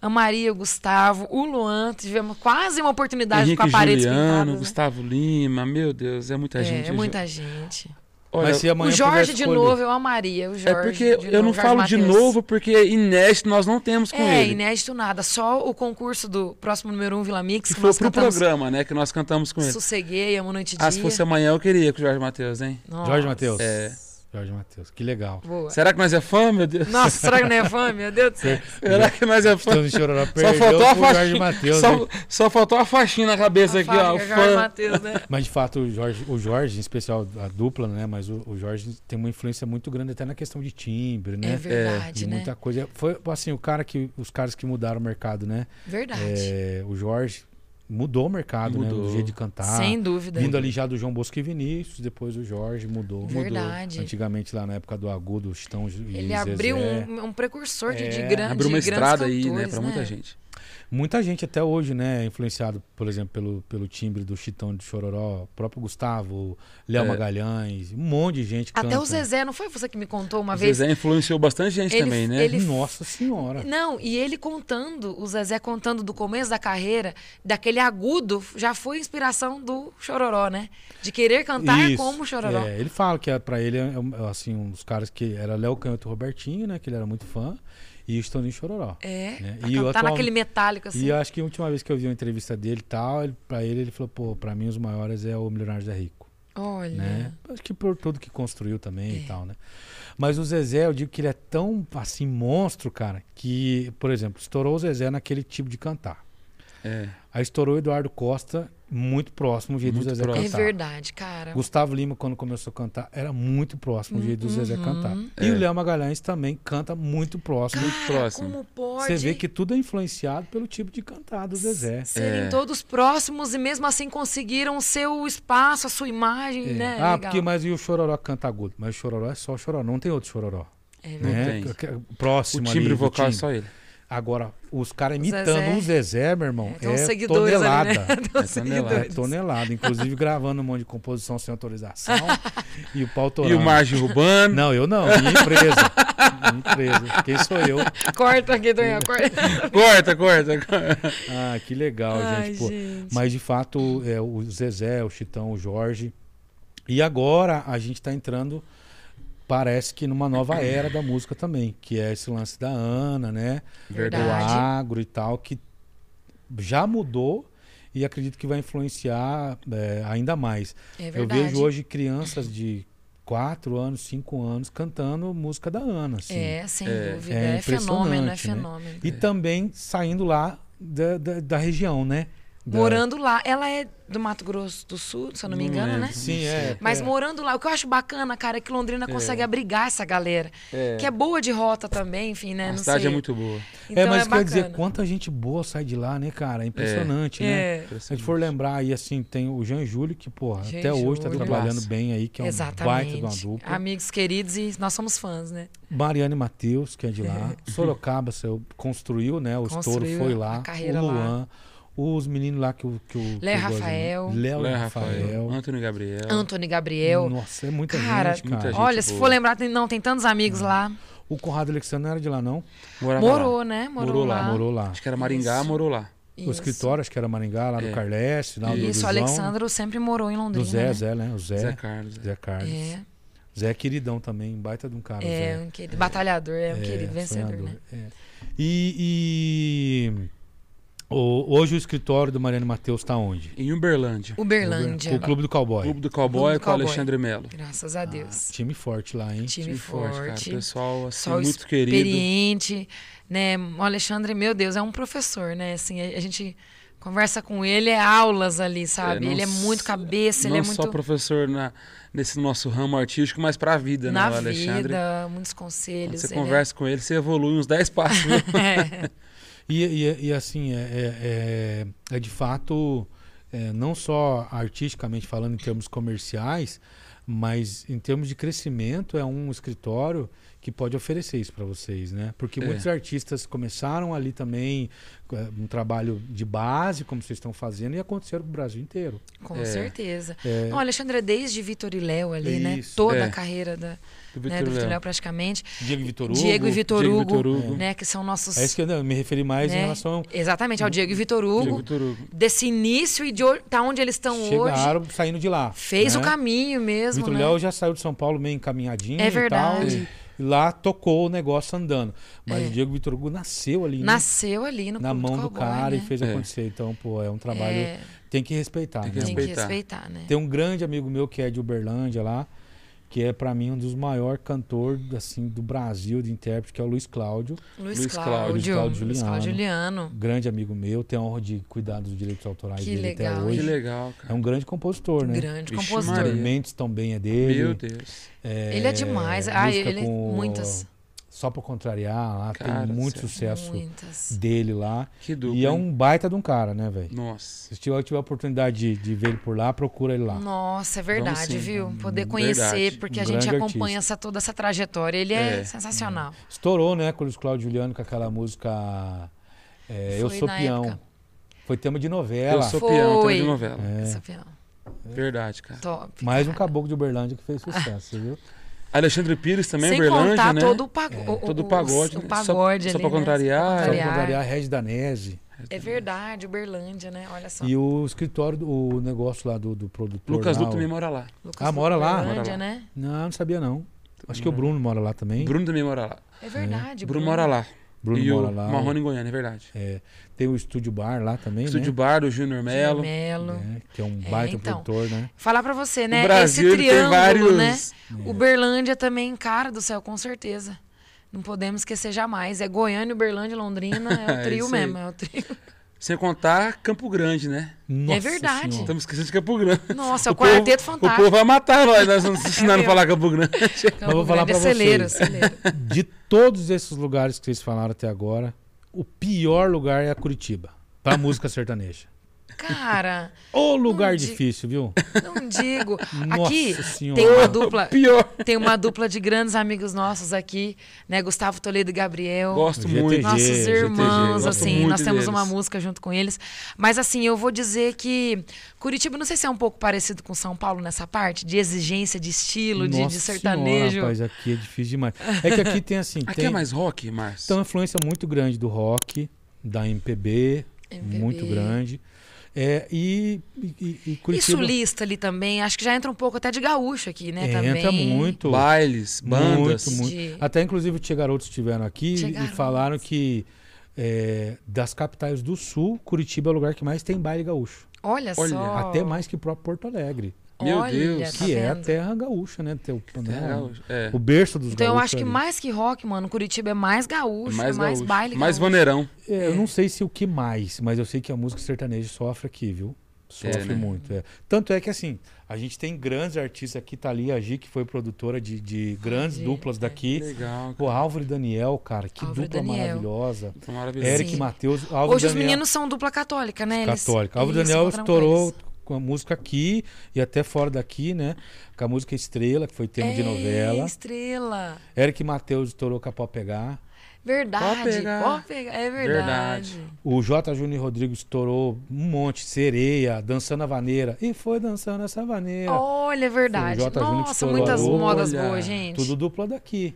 a Maria, o Gustavo, o Luan. Tivemos quase uma oportunidade com
Henrique
a parede
Juliano,
pintada.
Gustavo Lima, meu Deus, é muita
né? É,
gente.
é muita gente.
Olha,
Mas se amanhã
o Jorge
pudesse
de
escolher-
novo, eu amaria. O Jorge.
é porque
de
eu não
novo, Jorge
falo de
Mateus.
novo, porque inédito nós não temos com
É,
ele.
inédito nada. Só o concurso do próximo número 1 um, Vila Mix,
Que
que,
foi
nós
pro
cantamos.
programa, né? Que nós cantamos com ele.
Sosseguei, amo noite e dia.
Ah, se fosse amanhã eu queria com o Jorge Matheus, hein?
Nossa.
Jorge Mateus.
É.
Jorge Matheus, que legal.
Boa.
Será que nós é fã, meu Deus?
Nossa, será que não é fã? Meu Deus do céu.
*laughs* Será que nós é fã?
Chitãozinho e Chororó
Só
perdeu
faltou, a
pro Jorge
faixinha,
Mateus. né?
só, só faltou a faixinha na cabeça aqui, ó.
Fábrica,
o
Jorge
Fã.
Mateus, né?
Mas de fato, o Jorge, o Jorge, em especial a dupla, né? Mas o, o Jorge tem uma influência muito grande até na questão de timbre, né?
É verdade,
de
né?
muita coisa. Foi assim, o cara que os caras que mudaram o mercado, né?
Verdade.
É, o Jorge mudou o mercado, né?
Mudou.
Do jeito de cantar.
Sem dúvida.
Vindo ali já do João Bosco e Vinícius, depois o Jorge mudou.
Verdade.
Antigamente lá na época do Agudo, o Chitão e
Ele
Zezé.
abriu um, um precursor de, de,
É,
gran,
Abriu uma
de grandes
estrada aí, né,
cantores,
pra muita gente.
Muita gente até hoje, né, é influenciado, por exemplo, pelo, pelo timbre do Chitão de Chororó, o próprio Gustavo, Léo
É.
Magalhães, um monte de gente
Até
canta.
o Zezé, não foi você que me contou uma
O
vez?
Zezé influenciou bastante gente
Ele-
também, né?
ele-
Nossa senhora.
Não, e ele contando, o Zezé contando do começo da carreira, daquele agudo, já foi inspiração do Chororó, né? De querer cantar
Isso.
tá como o Chororó.
É, ele fala que é, pra ele é um- assim, um dos caras que era Léo Canhoto e Robertinho, né, que ele era muito fã, e o Chitãozinho e Chororó.
É,
Né?
pra
E o
cantar
atual-
naquele metálico assim.
E eu acho que a última vez que eu vi uma entrevista dele e tal, ele, pra ele, ele falou, pô, pra mim os maiores é o Milionário Zé Rico.
Olha.
né? Acho que por tudo que construiu também
É.
e tal, né? Mas o Zezé, eu digo que ele é tão, assim, monstro, cara, que, por exemplo, estourou o Zezé naquele tipo de cantar.
É.
Aí estourou o Eduardo Costa, muito próximo o jeito
Muito
do Zezé
próximo.
É
cantar.
verdade, cara.
Gustavo Lima, quando começou a cantar, era muito próximo o jeito do Zezé
Uhum.
cantar. E
É.
o Léo Magalhães também canta muito próximo.
Muito
Cara,
próximo.
como pode?
Você vê que tudo é influenciado pelo tipo de cantar do Zezé.
serem
É.
todos próximos e mesmo assim conseguiram o seu espaço, a sua imagem,
É.
né?
ah,
Legal.
porque mas e o Chororó canta agudo? Mas o Chororó é só o Chororó, não tem outro Chororó.
É
né?
verdade.
Que- que- Próximo
o
ali
timbre
do
vocal é
timbre.
só ele.
Agora, os caras
Zezé.
imitando o Zezé, meu irmão,
Tem uns
é,
seguidores
tonelada.
ali, né? *laughs* Tem uns
É tonelada.
É
seguidores.
tonelada, inclusive gravando um monte de composição sem
*laughs*
autorização e o pau
E
torando.
o Marge Urbano.
Não, eu não, minha
*laughs*
empresa. minha empresa. Quem sou eu?
Corta aqui, Tonhão, corta.
Corta, corta, corta.
Ah, que legal,
Ai,
gente. pô.
gente.
Mas de fato, é, o Zezé, o Chitão, o Jorge. E agora a gente está entrando, parece que numa nova era da música também, que é esse lance da Ana, né? Do
Verdade.
agro e tal, que já mudou e acredito que vai influenciar é, ainda mais.
É
Eu
verdade.
vejo hoje crianças de quatro anos, cinco anos cantando música da Ana. Assim.
É, sem dúvida.
É
É, fenômeno, é
impressionante, né?
fenômeno.
E também saindo lá da, da, da região, né? Da-
Morando lá. Ela é do Mato Grosso do Sul, se eu não me engano, né?
Sim, é.
Mas
é.
morando lá, o que eu acho bacana, cara, é que Londrina consegue abrigar essa galera.
É.
Que é boa de rota também, enfim, né?
A
não
cidade
sei.
é muito boa.
Então
é, mas quer
bacana.
dizer, quanta gente boa sai de lá, né, cara? É impressionante, né?
É.
Se a gente for lembrar aí, assim, tem o Jean Júlio, que, porra,
Jean
até hoje tá
Júlio.
trabalhando
Trabalhaço.
bem aí, que é um baita
Exatamente.
de uma dupla.
Amigos queridos e nós somos fãs, né?
Mariane Matheus, que é de lá. Sorocaba saiu- construiu, né? O estouro
Construiu
foi
a
lá.
carreira
o
lá.
Luan. Os meninos lá que o. Que o que eu gosto
Rafael.
muito. Léo
Léo
Rafael.
Rafael, Antônio Gabriel.
Antônio Gabriel.
Nossa, é muita
Cara,
gente, cara.
muita gente.
Olha, se for
boa.
lembrar, tem, não, tem tantos amigos lá.
O Conrado Alexandre não era de lá, não.
Morava
Morou,
lá.
né? Morou,
Morou lá,
lá.
Morou lá.
Acho que era Maringá,
Isso.
morou lá.
O escritório, acho que era Maringá, lá do
É.
Carleste, lá do
Isso,
João,
o Alexandro sempre morou em
Do
Londrina.
Zé,
né?
Zé, né? O Zé.
Zé
Zé,
Carlos.
Carlos.
É,
Zé é queridão também, baita de um cara. o
é
Zé.
um querido batalhador, é um querido vencedor,
sonhador,
né?
é. E, e o- hoje o escritório do Mariano Matheus está onde?
Em Uberlândia.
Uberlândia.
O Clube do Cowboy.
Clube do Cowboy
Clube do
com o
Cowboy.
Alexandre Melo.
Graças a Deus.
Time forte lá, hein?
Time, forte.
Ah, cara. Pessoal, assim,
Pessoal
muito querido.
experiente, né? O Alexandre, meu Deus, é um professor, né? Assim, a, a gente conversa com ele, é aulas ali, sabe?
não
ele é muito
só-
cabeça, ele
não
é
só
muito
professor na, nesse nosso ramo artístico, mas pra vida,
na
né? O Alexandre.
vida, muitos
Quando
conselhos.
você
ele é- *laughs*
conversa com ele, você evolui uns 10 passos. né, viu?
É.
E, e- e, assim, é, é- é- é de fato, é, não só artisticamente falando em termos comerciais, mas em termos de crescimento, é um escritório que pode oferecer isso para vocês, né? Porque
É.
muitos artistas começaram ali também é, um trabalho de base, como vocês estão fazendo, e aconteceram o Brasil inteiro.
Com
É.
certeza.
É,
Não, o Alexandre é desde Vitor e Léo ali,
Isso.
né? Toda
É.
a carreira da, *laughs*
Do
né, do
Vitor
Vitor e
Léo.
Léo praticamente.
Diego Vitor
Diego e
Hugo.
Vitor
Diego
Hugo,
Vitor Hugo.
né? Que são nossos.
É isso que eu me referi mais em
né?
relação.
Exatamente, ao Diego e Vitor
Diego
Hugo.
Vitor Hugo.
Desse início e de hoje, tá onde eles estão hoje.
Chegaram saindo de lá.
Fez
né?
o caminho mesmo,
Vitor
né?
Léo já saiu de São Paulo meio encaminhadinho
É
e tal.
verdade.
E e lá tocou o negócio andando. Mas
É.
o Diego Vitor Hugo nasceu ali né?
Nasceu ali no
na
Clube
mão do
Cowboy,
cara e
né?
fez
É.
acontecer. Então, pô, é um trabalho.
É,
Tem que respeitar.
Tem que
né?
tem que
respeitar.
respeitar, né?
Tem um grande amigo meu que é de Uberlândia lá, que é pra mim um dos maiores cantores assim, do Brasil de intérprete, que é o Luiz Cláudio.
Luiz,
Luiz Cláudio,
Cláudio,
Cláudio
Luiz Cláudio Juliano.
Grande amigo meu, tem a honra de cuidar dos direitos autorais
Que
dele até
legal,
hoje.
Que legal, cara.
É um grande compositor, né?
Grande
Vixe,
Os
compositor.
Maria.
Instrumentos também é dele.
Meu Deus.
É,
Ele é demais. Ah,
música
ele assim.
com-
muitas.
Só pra contrariar, lá
Cara
tem
do
muito
céu.
sucesso
Muitas.
dele lá.
Que dupla.
E é
hein?
um baita de um cara, né, velho?
Nossa.
Se tiver, tiver a oportunidade de, de ver ele por lá, procura ele lá.
Nossa,
Então,
é verdade,
assim,
sim,
viu? Poder
verdade.
conhecer, porque a
hum, Um
gente
grande
acompanha essa, toda essa trajetória. Ele é,
É.
sensacional.
Estourou, né, com o Luiz Cláudio Juliano com aquela música é, Eu
Foi
Sou
na
Peão.
época.
Foi tema de
Eu
novela.
sou
Foi.
peão, tema de novela.
É.
Essa opinião.
Verdade, cara.
Top.
Mais um
cara.
caboclo de Uberlândia que fez
*laughs*
sucesso, viu?
Alexandre Pires também,
Sem
Berlândia,
contar
né?
todo o, pago,
É,
o,
Todo
o-
o pagode,
o
né? Só-
pagode
só
ali,
pra
né?
contrariar.
Só
Só
pra
pra
contrariar a Regis Danese.
É verdade, Uberlândia, né? Olha só.
E o escritório, do- o negócio lá do, do produtor.
Lucas
lá,
Du
o-
também mora lá.
Lucas
Ah, mora lá?
Uberlândia,
Mora lá.
né?
Não, não sabia não. Acho
Hum.
que o Bruno mora lá também.
Bruno também mora lá.
É verdade.
Bruno mora lá.
Bruno
e
mora
o
lá.
Marrone em Goiânia, é verdade.
É, tem o Estúdio Bar lá também,
Estúdio
né?
Bar do Júnior Melo.
Melo.
É, que é um
É,
baita
então.
produtor, né?
Falar pra você, né?
O Brasil
Esse
ele tem
triângulo,
vários.
né?
É.
Uberlândia também, cara do céu, com certeza. Não podemos esquecer jamais. É Goiânia, Uberlândia, e Londrina, é o
*laughs* É
trio
isso aí.
mesmo, é o
*laughs*
trio.
Sem contar Campo Grande, né?
Nossa
é verdade.
Senhora.
Estamos esquecendo de Campo Grande.
Nossa, é o
povo-
quarteto
O
fantástico. É.
povo vai matar nós, nós
*laughs*
vamos ensinar a não
mesmo.
falar Campo Grande.
Campo
Eu vou falar
Grande é
pra vocês.
celeiro, é celeiro.
De todos esses lugares que vocês falaram até agora, o pior lugar é a Curitiba.
*laughs*
Pra música sertaneja.
Cara,
Ô lugar
Não di-
difícil, viu? *laughs*
não digo.
Nossa
Aqui
Senhora.
tem uma
*laughs*
dupla.
*laughs* Pior.
Tem uma dupla de grandes amigos nossos aqui, né? Gustavo Toledo e Gabriel.
Gosto
GTG.
muito.
Nossa,
nossos
GTG,
irmãos,
gosto
assim,
muito
nós temos
deles.
uma música junto com eles. Mas assim, eu vou dizer que Curitiba, não sei se é um pouco parecido com São Paulo nessa parte, de exigência, de estilo, de, de
Nossa
sertanejo.
Senhora, rapaz, aqui é difícil demais. É que aqui tem
*laughs*
assim,
Aqui
tem,
é mais rock, Márcio?
tem uma influência muito grande do rock, da MPB,
MPB.
muito grande. É, e, e, e
E
Curitiba
sulista ali também, acho que já entra um pouco até de gaúcho aqui, né?
entra
também.
muito.
Bailes, bandas.
Muito, muito.
De-
Até inclusive o Tia Garotos estiveram aqui
Tia
e
Garotos.
falaram que é, das capitais do sul, Curitiba é o lugar que mais tem baile gaúcho.
Olha,
Olha,
só.
Até mais que o próprio Porto Alegre.
Meu
Olha,
Deus.
tá
que é a
vendo?
terra gaúcha, né? Tem o, né?
Terra gaúcha, é.
o berço dos
Então eu
gaúchos
acho que
ali.
mais que rock, mano, Curitiba é mais gaúcho, é mais,
gaúcho.
baile
Mais
gaúcho.
vaneirão.
É, eu não sei se o que mais, mas eu sei que a música sertaneja sofre aqui, viu? Sofre
É, né?
muito. é. Tanto é que, assim, a gente tem grandes artistas aqui, tá ali a Gi, que foi produtora de, de grandes
Gi,
duplas daqui.
Legal.
Pô, Álvaro e Daniel, cara, que
Álvaro e
dupla
Daniel.
maravilhosa.
Tá maravilhoso.
Eric
Sim.
Matheus, Álvaro
Hoje
e
os
Daniel.
meninos são dupla católica, né? Eles,
Católica. Álvaro
eles
Daniel
encontraram com
estourou
eles.
com a música aqui e até fora daqui, né? Com a música Estrela, que foi tema de
É,
novela.
Estrela.
Eric Matheus estourou com a Pau Pegar.
Verdade.
Pode pegar.
Pode pegar. É verdade.
Verdade.
O J. Júnior Rodrigues estourou um monte, sereia, dançando a vaneira. E foi dançando essa vaneira.
Olha, é verdade.
Foi o J. Júnior que
Nossa,
estourou.
muitas
Olha,
modas boas, gente.
Tudo dupla daqui.
E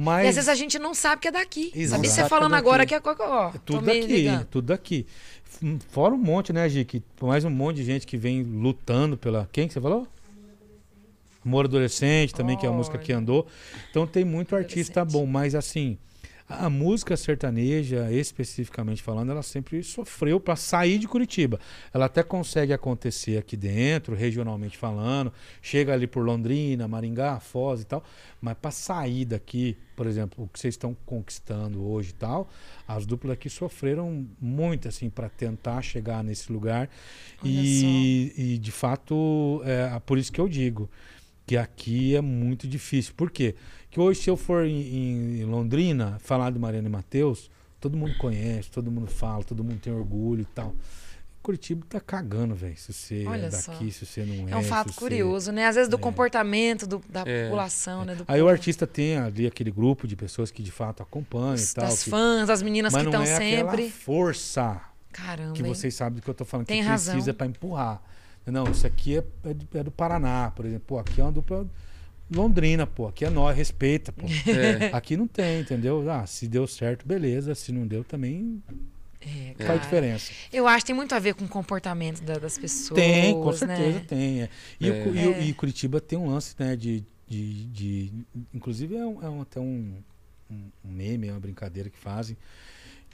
Mas
às vezes a gente não sabe que é daqui.
Exato.
Sabia
Não
você
sabe
falando
que é
agora
daqui.
que é co- co- ó, tô
tudo
me
daqui,
ligando.
tudo daqui. F- Fora um monte, né, Gi? Que mais um monte de gente que vem lutando pela. Quem que você falou? Amor Adolescente também, que é a música que
Olha.
andou. Então tem muito artista
Adolescente.
bom, mas assim, a a música sertaneja, especificamente falando, ela sempre sofreu para sair de Curitiba. Ela até consegue acontecer aqui dentro, regionalmente falando, chega ali por Londrina, Maringá, Foz e tal, mas para sair daqui, por exemplo, o que vocês estão conquistando hoje e tal, as duplas aqui sofreram muito assim para tentar chegar nesse lugar.
Olha
E, e, de fato, é, por isso que eu digo que aqui é muito difícil. Por quê? Que hoje, se eu for em, em- em Londrina falar de Mariana e Matheus, todo mundo conhece, todo mundo fala, todo mundo tem orgulho e tal. Curitiba tá cagando, velho. Se você é
Olha só.
daqui, se você não é.
É um fato
se você-
curioso, né? Às vezes do comportamento do- da
É.
população, né? Do
Aí o
povo.
artista tem ali aquele grupo de pessoas que de fato acompanham
Os-
e tal.
das
que-
fãs, das meninas
mas
que
não
estão
é
sempre.
aquela força
Caramba.
que
hein?
vocês sabem do que eu tô falando,
Tem
que
razão.
precisa para empurrar. Não, isso aqui é, é do, é do Paraná, por exemplo. Pô, aqui é uma dupla Londrina, pô. Aqui é nós, respeita, pô.
*laughs*
É.
Aqui não tem, entendeu? Ah, se deu certo, beleza. Se não deu, também
É, cara.
faz diferença.
Eu acho que tem muito a ver com o comportamento da- das pessoas.
Tem, com certeza
Né?
tem. é. E, o
É.
Cu- e o-
É.
e Curitiba tem um lance, né? De. de, de inclusive é, um- é um- até um, um um meme, é uma brincadeira que fazem.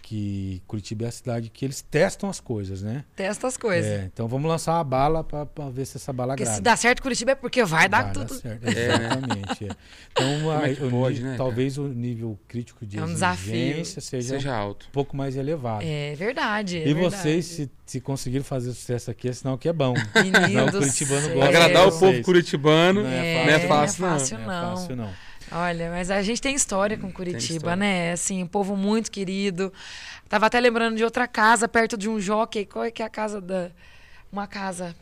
Que Curitiba é a cidade que eles testam as coisas, né?
Testa as coisas.
É, então vamos lançar uma bala para ver se essa bala
Porque se
agrada.
dá certo Curitiba é porque vai dar tudo.
certo,
É, né?
Exatamente. é. Então,
é
a-
que
o ni-
pode, né, cara?
talvez o nível crítico de
É um desafio.
exigência seja,
Seja alto.
um pouco mais elevado.
É verdade. é
e
verdade.
vocês, se, se conseguiram fazer sucesso aqui, é sinal que é bom.
Menino
Não, o
do
curitibano
céu.
gosta.
Agradar o povo
Vocês.
curitibano.
Não
É,
não é fácil, não.
fácil, não.
é fácil, não.
Olha, mas a gente tem história com Curitiba,
história.
né? Assim, um povo muito querido. Tava até lembrando de outra casa perto de um jockey. Qual é que é a casa da. Uma casa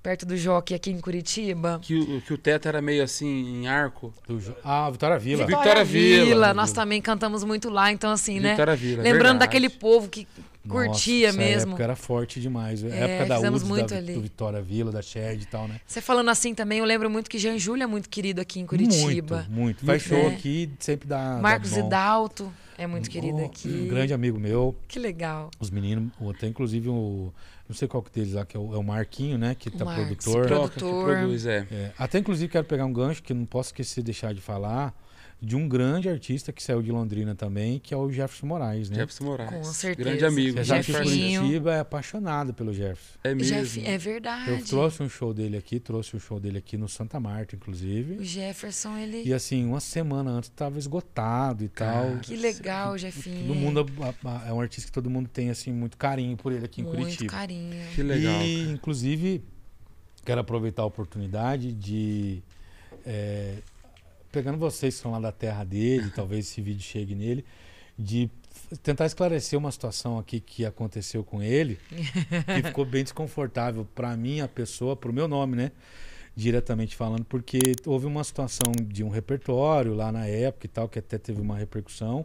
perto do jockey aqui em Curitiba?
Que, o, que o teto era meio assim, em arco.
Do jo- ah, Vitória Vila.
Vitória Vila.
Nós também cantamos muito lá, então, assim, né?
Vitória Vila,
Lembrando
é verdade.
daquele povo que
Nossa,
curtia
essa
mesmo.
época era forte demais. A
É,
época da
fizemos
UDS,
muito
da,
ali.
do Vitória Vila, da Shed e tal, né?
Você falando assim também, eu lembro muito que Jean Júlia é muito querido aqui em Curitiba.
Muito, muito. Faz
Muito,
show
né?
aqui, sempre dá.
Marcos
dá bom.
Hidalto é muito querido
Oh,
aqui.
Um grande amigo meu.
Que legal.
Os meninos, o- até inclusive o. Não sei qual que deles lá, que é o, é o Marquinho, né? Que tá
Marcos,
produtor.
pro-
Toca que
Produtor.
produz, é.
É, até inclusive quero pegar um gancho que não posso esquecer de deixar de falar. De um grande artista que saiu de Londrina também, que é o Jefferson Moraes, né?
Jefferson Moraes.
Com certeza.
Grande amigo.
Você sabe que o
Jeffinho.
Curitiba é apaixonado pelo Jefferson.
É
Jeff-
mesmo.
é verdade.
Eu trouxe um show dele aqui, trouxe um show dele aqui no Santa Marta,
O
inclusive.
Jefferson, ele.
E assim, uma semana antes tava esgotado e tal.
Que legal, Jefinho.
Todo mundo a- a- é um artista que todo mundo tem assim muito carinho por ele aqui em
Muito
Curitiba.
carinho.
Que legal.
E, inclusive, quero aproveitar a oportunidade de. é, pegando vocês que são lá da terra
*laughs*
dele, talvez esse vídeo chegue nele, de f- tentar esclarecer uma situação aqui que aconteceu com ele,
*laughs*
que ficou bem desconfortável para mim, a pessoa, para o meu nome, né? Diretamente falando, porque houve uma situação de um repertório lá na época e tal, que até teve uma repercussão.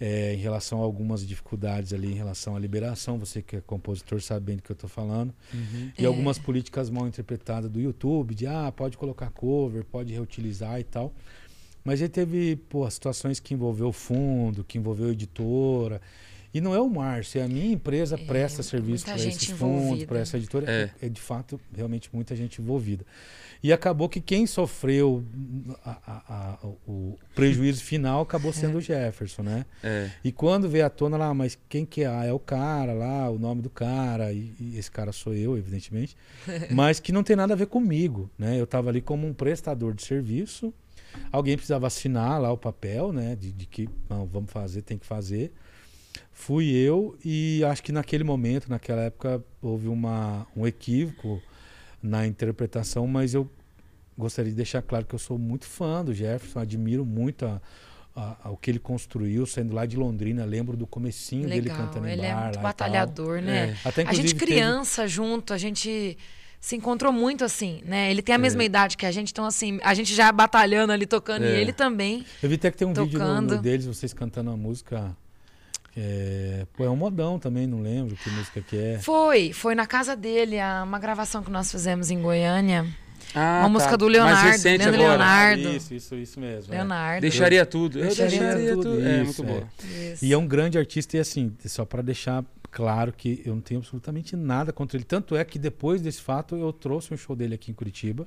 é, em relação a algumas dificuldades ali em relação à liberação, você que é compositor sabe bem do que eu estou falando. E
É.
algumas políticas mal interpretadas do YouTube, de ah, pode colocar cover, pode reutilizar e tal. Mas ele teve pô, situações que envolveu fundo, que envolveu editora, E não é o Márcio, é a minha empresa presta serviço para
muita
esses
gente
fundos,
envolvida.
para essa editora.
É.
É. de fato realmente muita gente envolvida. E acabou que quem sofreu a- a- a- o prejuízo final acabou
*laughs*
sendo o Jefferson, né?
É.
E quando veio à tona lá, mas quem que é? Ah, é o cara lá, o nome do cara, e, e esse cara sou eu, evidentemente, mas que não tem nada a ver comigo, né? Eu estava ali como um prestador de serviço, alguém precisava assinar lá o papel, né? De, de que não, vamos fazer, tem que fazer. Fui eu e acho que naquele momento, naquela época, houve uma, um equívoco na interpretação, mas eu gostaria de deixar claro que eu sou muito fã do Jefferson, admiro muito a- a- a- o que ele construiu, sendo lá de Londrina, lembro do comecinho dele
Legal,
cantando em
ele
bar
é
lá e
muito
tal. É.
batalhador, né?
Até,
A gente
inclusive, teve-
criança junto, a gente se encontrou muito assim, né? Ele tem
É.
a mesma idade que a gente, então assim, a gente já batalhando ali, tocando,
É.
e ele também.
Eu vi até que tem um vídeo no- no
tocando.
deles, vocês cantando uma música. É, pô, é um modão também, não lembro que música que é.
Foi, foi na casa dele, a- uma gravação que nós fizemos em Goiânia.
Ah,
Uma música do Leonardo,
Mais recente
Leandro
agora.
Leonardo.
Isso, isso, isso mesmo. é.
Leonardo.
Deixaria tudo. Eu
Deixaria
deixaria,
tudo.
tudo. É,
Isso,
muito boa.
Isso.
E é um grande artista, e assim, só para deixar claro que eu não tenho absolutamente nada contra ele. Tanto é que depois desse fato eu trouxe um show dele aqui em Curitiba,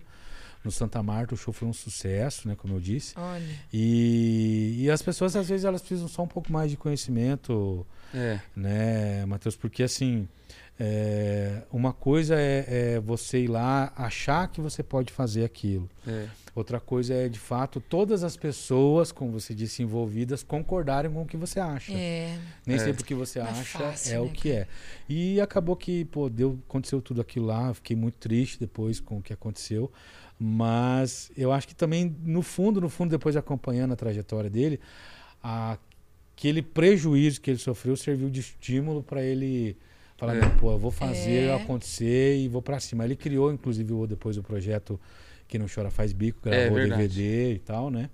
no Santa Marta. O show foi um sucesso, né? Como eu disse.
Olha,
E, e as pessoas, às vezes, elas precisam só um pouco mais de conhecimento,
É.
né, Matheus? Porque assim. é, uma coisa é- é você ir lá achar que você pode fazer aquilo.
É.
Outra coisa é, de fato, todas as pessoas, como você disse, envolvidas, concordarem com o que você acha.
é,
Nem
É.
sempre o que você
Não é
acha
fácil,
é o
né,
que é. E acabou que, pô, deu, aconteceu tudo aquilo lá. eu Fiquei muito triste depois com o que aconteceu. Mas eu acho que também, no fundo, no fundo, depois acompanhando a trajetória dele, a- aquele prejuízo que ele sofreu serviu de estímulo para ele falar,
É.
"Não, pô, eu vou fazer
É.
acontecer e vou para cima. Ele criou, inclusive, o- depois o projeto Que Não Chora Faz Bico,
É,
gravou o
verdade.
DVD e tal, né?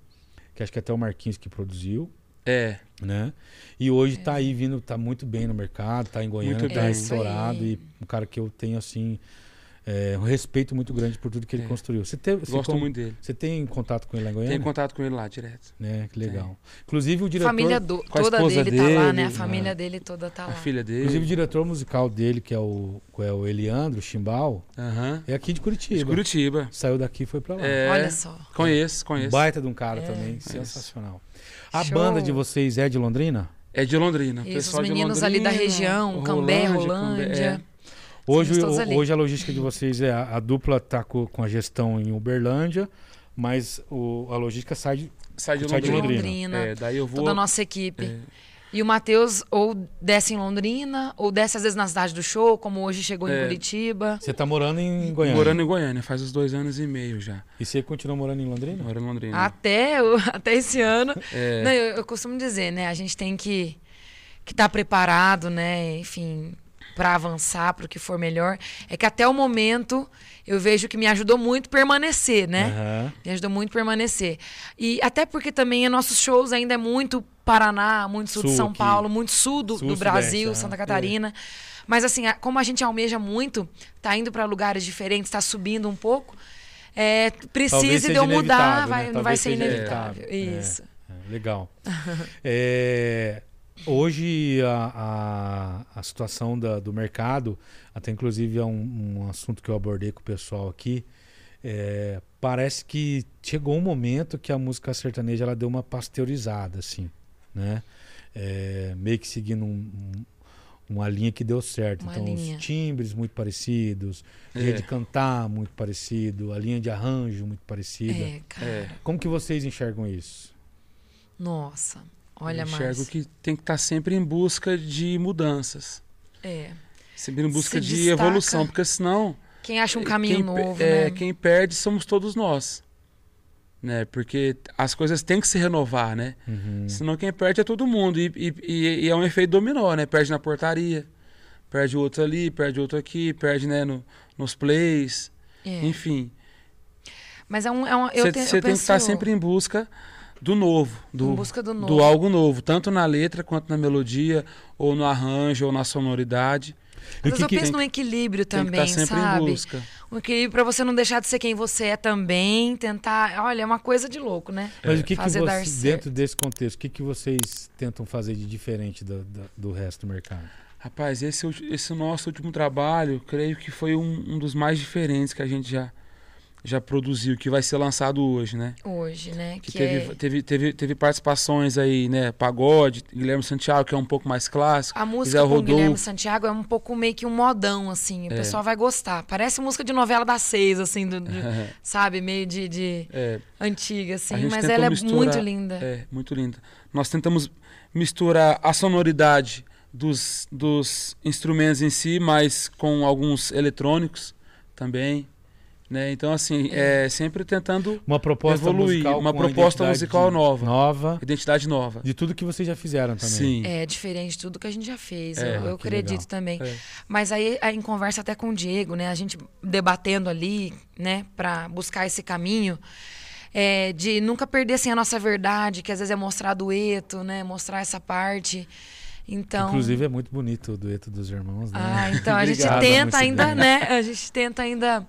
Que acho que até o Marquinhos que produziu
É.
né? E hoje tá aí vindo, tá muito bem no mercado, tá em Goiânia,
Muito
tá
bem.
estourado e um cara que eu tenho assim é, um respeito muito grande por tudo que ele
É.
construiu. Você teve, você
Gosto
com-
muito dele.
Você tem contato com ele lá em Goiânia?
Tenho contato com ele lá direto.
Né? Que legal. Inclusive o
a
diretor,
família do-
com a
toda
esposa
dele, tá lá,
dele,
né? A
né?
família dele toda tá
A
lá.
filha dele.
inclusive o diretor musical dele que é o, que é o Eliandro Chimbal,
Aham.
é aqui de Curitiba.
De Curitiba.
Saiu daqui e foi pra lá.
É.
Olha só.
Conheço, conheço.
Baita de um cara
É.
também,
Isso.
sensacional. A
Show.
banda de vocês é de Londrina?
É de Londrina.
Isso,
pessoal
os
de
meninos ali da
Londrina, É,
região, Cambé,
Rolândia,
Rolândia.
Hoje,
Estamos todos
o-
ali.
hoje a logística de vocês é a, a dupla está co- com, a gestão em Uberlândia, mas o- a logística sai de.
é. Sai de
Sai de
Londrina.
Londrina.
É, daí eu vou.
toda a nossa equipe.
É.
E o Matheus ou desce em Londrina, ou desce às vezes na cidade do show, como hoje chegou em
É.
Curitiba.
Você está morando em Goiânia.
Morando em Goiânia, faz uns dois anos e meio já.
E você continua morando em Londrina?
Moro em Londrina.
Ah, Até, o- *laughs* até esse ano.
É.
Não, eu, eu costumo dizer, né? A gente tem que que estar preparado, né? Enfim, para avançar, para o que for melhor. É que até o momento eu vejo que me ajudou muito permanecer, né?
Aham.
Me ajudou muito permanecer. E até porque também eh, nossos shows ainda é muito Paraná, muito sul, de
Sul
São
aqui.
Paulo, muito sul do,
Sul,
do Brasil,
Sudeste,
Santa
é.
Catarina. Mas assim, a- como a gente almeja muito, tá indo para lugares diferentes, tá subindo um pouco, eh,
Talvez
precisa de
seja
eu mudar,
inevitável, né?
vai, não
Talvez
vai ser
seja
inevitável.
inevitável,
Isso.
É, legal. *laughs* É, hoje a, a- a situação da- do mercado, até inclusive é um, um assunto que eu abordei com o pessoal aqui. é, parece que chegou um momento que a música sertaneja ela deu uma pasteurizada, assim, né? É, meio que seguindo um- um- uma linha que deu certo.
Uma
então,
linha.
os timbres muito parecidos, o
É.
jeito de cantar muito parecido, a linha de arranjo muito parecida.
É, cara.
É.
Como que vocês enxergam isso?
Nossa. Olha,
eu enxergo
Márcio.
que tem que estar sempre em busca de mudanças.
É.
Sempre em busca
Se
de
destaca.
evolução, porque senão.
Quem acha um caminho
quem, pe-
novo,
é,
né?
quem perde somos todos nós. Né? Porque as coisas têm que se renovar, né? Senão quem perde é todo mundo. E, e- e- e é um efeito dominó, né? Perde na portaria, perde outro ali, perde outro aqui, perde né, no- nos plays.
É.
Enfim,
Mas é um. É um eu
você
te- eu
tem que
penso-
estar sempre em busca do novo. Do,
Em busca do novo.
algo novo, tanto na letra quanto na melodia, ou no arranjo, ou na sonoridade.
Às vezes eu penso num equilíbrio também,
tem que estar sempre
sabe?
em busca.
Um equilíbrio pra você não deixar de ser quem você é também, tentar. Olha, é uma coisa de louco, né?
É.
Mas o que, que
Fazer dar
vocês, dentro
certo.
desse contexto, o que, que vocês tentam fazer de diferente do, do- do resto do mercado?
Rapaz, esse, ulti- esse nosso último trabalho, eu creio que foi um, um dos mais diferentes que a gente já, já produziu, que vai ser lançado hoje, né?
Hoje, né?
Que
Que,
teve,
é...
teve, teve, teve participações aí, né? Pagode, Guilherme Santiago, que é um pouco mais clássico.
A
Zé
música com o
Rodolfo.
Guilherme Santiago é um pouco meio que um modão, assim. O
É.
pessoal vai gostar. Parece música de novela das seis, assim, do, do- sabe? Meio de, de
*laughs* É,
antiga,
A
assim.
gente
Mas
tentou
ela é
misturar-
muito linda.
é, muito linda. Nós tentamos misturar a sonoridade dos, dos instrumentos em si, mas com alguns eletrônicos também. Né? Então, assim, é sempre tentando
Uma proposta
Evoluir,
musical.
uma
com
proposta
identidade
musical nova.
Nova.
identidade nova.
De tudo que vocês já fizeram também.
Sim.
É diferente de tudo que a gente já fez.
É,
eu eu
Uhum. que
acredito
legal.
também.
É.
Mas aí, aí em conversa até com o Diego, né? A gente debatendo ali, né? Pra buscar esse caminho. é, de nunca perder assim, a nossa verdade, que às vezes é mostrar dueto, né? Mostrar essa parte. Então.
Inclusive é muito bonito o dueto dos irmãos, né?
Ah, então a gente
Obrigado,
tenta
Amor
ainda,
Cidade.
né? A gente tenta ainda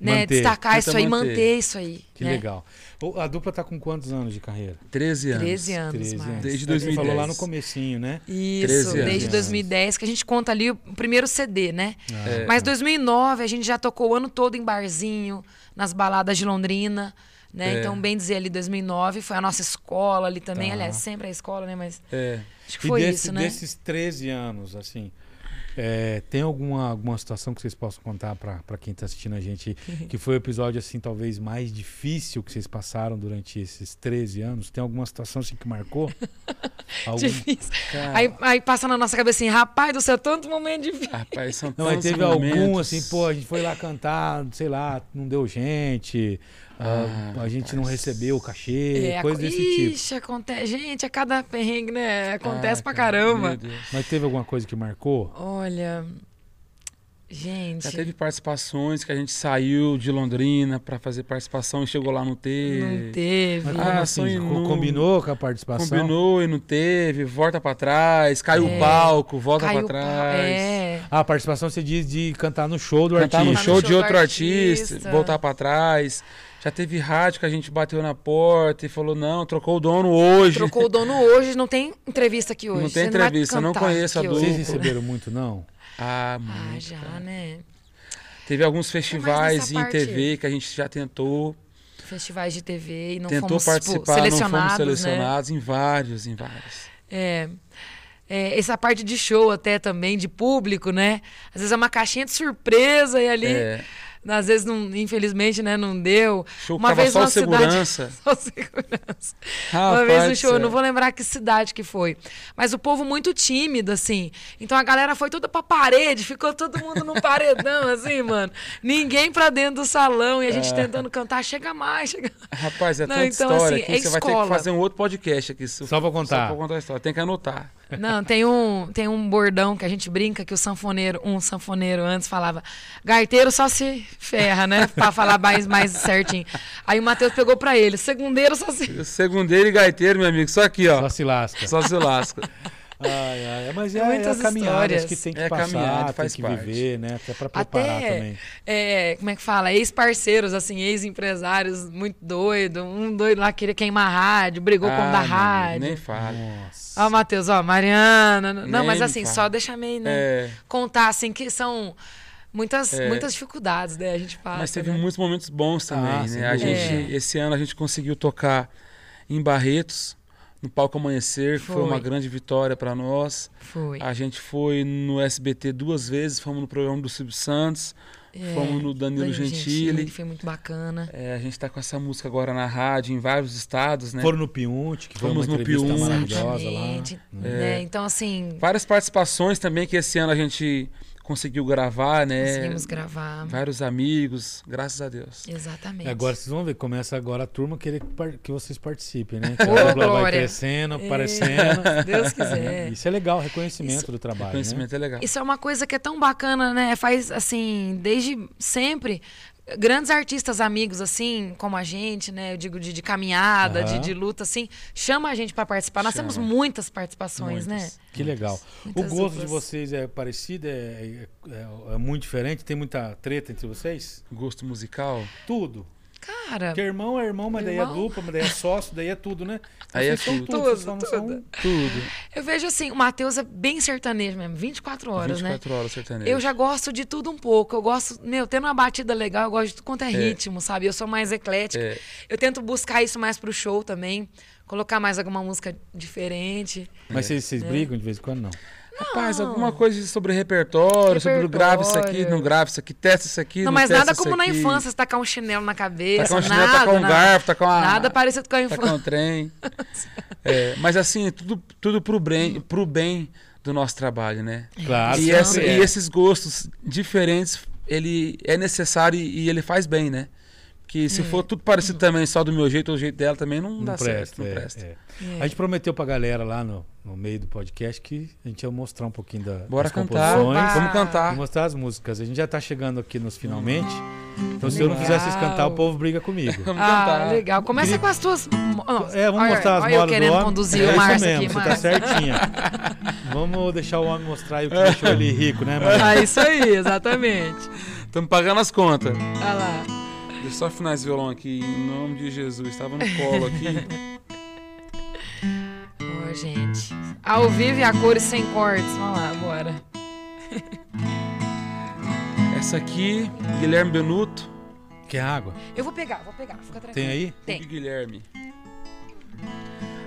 né,
Manter,
destacar
tenta
isso aí,
manter.
manter, isso aí.
Que
né?
legal. O- A dupla tá com quantos anos de carreira?
13 anos.
13 anos,
13
Marcos.
anos.
Desde
Você falou lá
2010.
no comecinho, né?
Isso,
13 anos.
desde 2010, que a gente conta ali o primeiro CD, né?
É.
Mas 2009 a gente já tocou o ano todo em barzinho, nas baladas de Londrina, né?
É.
Então, bem dizer ali 2009 foi a nossa escola ali também,
Tá.
aliás, sempre a escola, né? Mas
É.
acho
E
que foi
desse-
isso, né? *laughs*
desses 13 anos, assim, é, tem alguma, alguma situação que vocês possam contar pra pra quem tá assistindo a gente que foi o episódio, assim, talvez mais difícil que vocês passaram durante esses 13 anos? Tem alguma situação, assim, que marcou? Algum...
Difícil.
Cara.
Aí, aí passa na nossa cabeça assim, rapaz do céu, tanto momento difícil.
Rapaz, são
Não, mas
tantos
teve algum,
momentos.
assim, pô, a gente foi lá cantar, sei lá, não deu gente, ah,
Ah,
a gente não
rapaz.
recebeu o cachê,
É,
coisa
aco-
desse tipo.
Ixi, acontece. Gente, a cada perrengue, né? Acontece
Ah,
pra
cara,
caramba.
meu Deus.
Mas teve alguma coisa que marcou?
Olha. Gente.
Já teve participações que a gente saiu de Londrina pra fazer participação e chegou lá não teve.
Não teve.
Mas como
Ah,
assim?
sonho
Co-
nu.
Combinou com a participação?
Combinou e não teve, volta pra trás, caiu o
É.
palco, volta
Caiu
pra
o pau.
trás.
É.
Ah, a participação você diz de cantar no show do
Cantar no
artista.
show
no
de
show do
outro artista,
artista.
voltar pra trás. Já teve rádio que a gente bateu na porta e falou: não, trocou o dono hoje.
Trocou o dono hoje, não tem entrevista aqui hoje.
Não tem
Você vai
entrevista, eu não
cantar
conheço a
aqui
dupla.
hoje.
Vocês receberam muito, não?
Ah, mano.
Ah, já, né?
Teve alguns festivais
nessa
em
parte-
TV que a gente já tentou.
Festivais de TV e não
tentou
fomos tipo,
participar, não fomos
selecionados, né?
selecionados em vários, em vários.
É. É, essa parte de show até também, de público, né? Às vezes é uma caixinha de surpresa e ali.
É.
Às vezes, não- infelizmente, né, não deu.
Show que
uma
tava
vez
só
uma
o segurança.
Cidade... *laughs* Só o segurança. uma
Rapaz
vez
do
no show, eu
céu.
não vou lembrar que cidade que foi. Mas o povo muito tímido, assim. Então a galera foi toda pra parede, ficou todo mundo num paredão, assim, mano. Ninguém pra dentro do salão e a gente tentando cantar, chega mais, chega *laughs* mais.
Rapaz, é
Não,
tanta
então,
história
assim,
que
é
você vai ter que
escola.
fazer um outro podcast aqui. Só
pra contar.
Só pra contar a história. Tem que anotar.
Não, tem um, tem um bordão que a gente brinca que o sanfoneiro, um sanfoneiro antes falava, gaiteiro só se ferra, né? Pra falar mais, mais certinho. Aí o Matheus pegou pra ele, segundeiro só se.
O Segundeiro e gaiteiro, meu amigo. Só aqui, ó.
Só se lasca.
Só se
*laughs*
lasca.
Ai, ai, mas é,
Tem
é
muitas
a caminhada
histórias.
que tem que
É a caminhada,
passar, tem
faz
que
parte.
viver, né? Até pra preparar
Até,
também.
é, como é que fala? Ex-parceiros, assim, ex-empresários muito doido. Um doido lá queria queimar a rádio, brigou com o
Ah,
da
meu amigo,
rádio.
Nem fala.
Nossa.
Ó, Matheus, ó, Mariana. Não,
Nem
mas
me
assim,
fala.
só deixa meio, né?
É,
Contar, assim, que são muitas,
É.
muitas dificuldades, né? A gente passa.
mas teve
né?
muitos momentos bons também,
Ah, sem
né? A
dúvida.
É.
gente, Esse ano a gente conseguiu tocar em Barretos, no Palco Amanhecer, que foi
Foi.
uma grande vitória pra nós.
Foi.
A gente foi no SBT duas vezes, fomos no programa do Silvio Santos,
É,
fomos no Danilo, Gentili.
Foi muito bacana.
É, a gente tá com essa música agora na rádio, em vários estados, né?
Foram no Piunte, que foi uma
Fomos no
entrevista
Piunte.
maravilhosa lá.
É.
né? Então, assim,
Várias participações também que esse ano a gente conseguiu gravar, né?
conseguimos gravar. Ah,
Vários amigos, graças a Deus.
Exatamente.
E Agora vocês vão ver, começa agora a turma querer que, par- que vocês participem, né? Que
Ô,
a dupla vai
glória.
crescendo,
É,
aparecendo.
se Deus
*laughs*
quiser.
Isso é legal, reconhecimento do trabalho. né?
Conhecimento é legal.
Isso é uma coisa que é tão bacana, né? Faz assim, desde sempre. grandes artistas amigos, assim, como a gente, né? Eu digo de, de caminhada,
Aham.
de, de luta, assim, chama a gente para participar. Nós
Chama.
temos muitas participações,
Muitas.
né?
Que legal.
Muitas
o gosto de
duplas.
vocês é parecido? É, é- é muito diferente? Tem muita treta entre vocês?
Gosto musical.
Tudo.
Cara,
Porque irmão é irmão, mas daí é
Irmão.
dupla, mas daí é sócio, daí é tudo, né?
Aí é
Vocês são
tudo.
vocês são-
Tudo,
são
tudo.
um-
Tudo.
eu vejo assim, o Matheus é bem sertanejo mesmo, 24 horas, né?
24 horas sertanejo.
Eu já gosto de tudo um pouco. Eu gosto, meu, tendo uma batida legal, eu gosto de tudo quanto é, ritmo, sabe? Eu sou mais eclética.
É.
Eu tento buscar isso mais pro show também. Colocar mais alguma música diferente.
Mas vocês,
É.
vocês brigam de vez em quando, não?
Rapaz, alguma coisa sobre repertório, sobre o grave isso aqui,
Repertório.
não grave isso aqui, testa isso aqui.
Não,
Não,
mas
testa
nada
isso
como na
aqui.
infância, você tacar um chinelo na cabeça.
Tacar um chinelo,
nada,
tacar um
nada.
garfo, tacar uma.
Nada parecido Tá com a infância.
Tacar um trem. *laughs* É, mas assim, tudo, tudo pro, bem, pro bem do nosso trabalho, né?
Claro,
E,
sempre
essa-
é.
e esses gostos diferentes, ele é necessário e, e ele faz bem, né? Porque se for tudo parecido também, só do meu jeito ou do jeito dela, também não, dá certo, não
é,
presta.
é.
É.
A gente prometeu pra galera lá no, no meio do podcast que a gente ia mostrar um pouquinho da,
Bora
das
cantar,
composições
Opa!
vamos cantar.
e mostrar as músicas. A gente já tá chegando aqui nos finalmente. Então, se eu não
Legal.
fizer vocês cantar, o povo briga
*laughs*
comigo.
Vamos
Ah,
cantar.
legal. Começa com as tuas. Nossa,
É, vamos
olha-
mostrar as
olha eu
modas do
querendo
homem.
conduzir
é
o Márcio
isso mesmo,
aqui,
você tá
*laughs* Márcio.
certinha. Vamos deixar o homem mostrar e o que deixou ele rico, né,
*laughs*
Maria?
Ah, isso aí, exatamente.
Estamos pagando as contas.
Olha lá.
Deixa eu só afinar esse violão aqui, em nome de Jesus. Estava no colo aqui.
Ô, gente. Ao vivo e a cores sem cortes. Vamos lá, bora.
Essa aqui, Guilherme Benuto.
Quer água?
Eu vou pegar, vou pegar. Fica tranquilo.
Tem aí?
Tem.
Hugo Guilherme.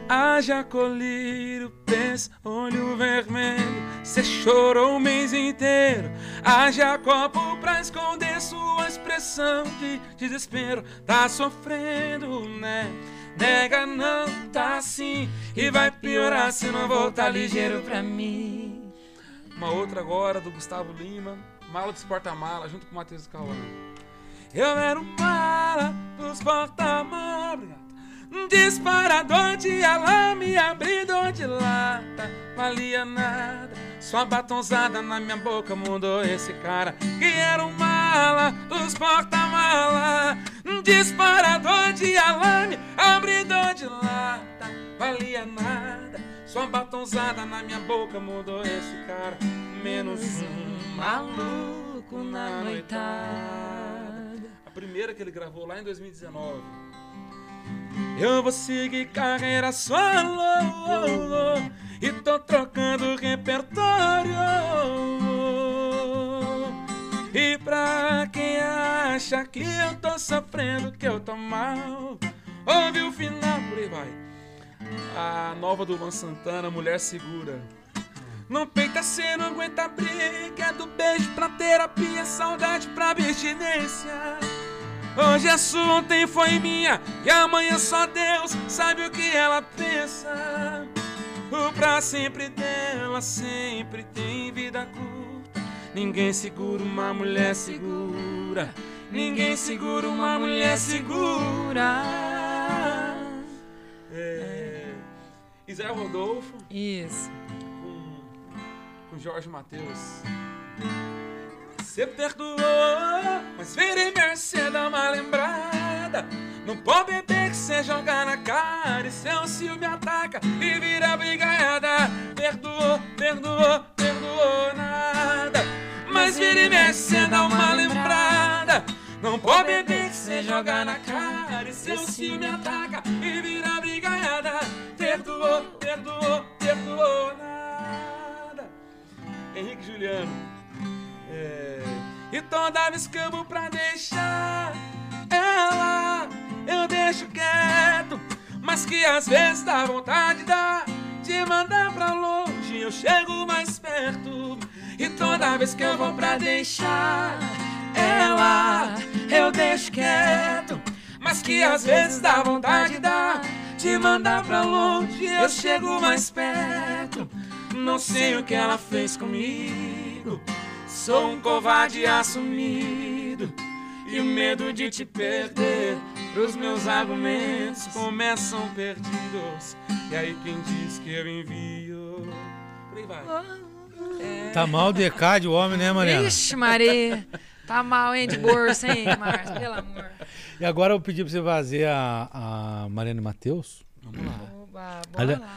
Haja colírio, pés, olho vermelho, cê chorou o mês inteiro. Haja copo pra esconder sua expressão de desespero. Tá sofrendo, né? Nega não, tá assim. E vai piorar se não voltar ligeiro pra
mim.
uma outra agora do Gustavo Lima, Mala dos Porta-Mala, junto com o Matheus Cauã. Eu era um mala dos porta-mala, obrigado. disparador de alarme, abridor de lata, valia nada. Sua batonzada na minha boca mudou esse cara, que era um mala dos porta-mala, disparador de alarme, abridor de lata, valia nada. Sua batonzada na minha boca mudou esse cara, menos um maluco na noitada. A primeira que ele gravou lá em 2019. Eu vou seguir carreira solo e tô trocando repertório. E pra quem acha que eu tô sofrendo, que eu tô mal, ouve o final, por aí vai. A nova do Luan Santana, Mulher Segura. Não peita cê, não aguenta briga. É do beijo pra terapia, é saudade pra abstinência. Hoje é sua, ontem foi minha. E amanhã só Deus sabe o que ela pensa. O pra sempre dela sempre tem vida curta. Ninguém segura uma mulher segura. Ninguém segura uma mulher segura. É... Israel Rodolfo
Isso.
com, com Jorge Matheus. Você perdoou, mas vira e mexe dá uma lembrada. Não pode beber que você joga na cara. E seu ciúme ataca e vira brigaiada. Perdoou, perdoou, perdoou nada. Mas vira e mexe cê dá uma lembrada. Não pode beber que você joga na cara. E seu ciúme ataca e vira brigaiada. Perdoou, perdoou, perdoou nada. Henrique Juliano. É. E toda vez que eu vou pra deixar ela, eu deixo quieto. Mas que às vezes dá vontade dá de mandar pra longe, eu chego mais perto. E toda vez que eu vou pra deixar ela, eu deixo quieto. Mas que às vezes dá vontade dá de mandar pra longe, eu chego mais perto. Não sei o que ela fez comigo. Sou um covarde assumido. E o medo de te perder. Os meus argumentos começam perdidos. E aí quem diz que eu envio? Por aí vai.
Tá mal de o homem, né, Mariana?
Ixi, Maria. Tá mal, hein, de gorso, hein, Márcio? Pelo amor.
E agora eu pedi pra você fazer a, a Mariana e Matheus.
Vamos lá.
Oba, bora
Olha-
lá.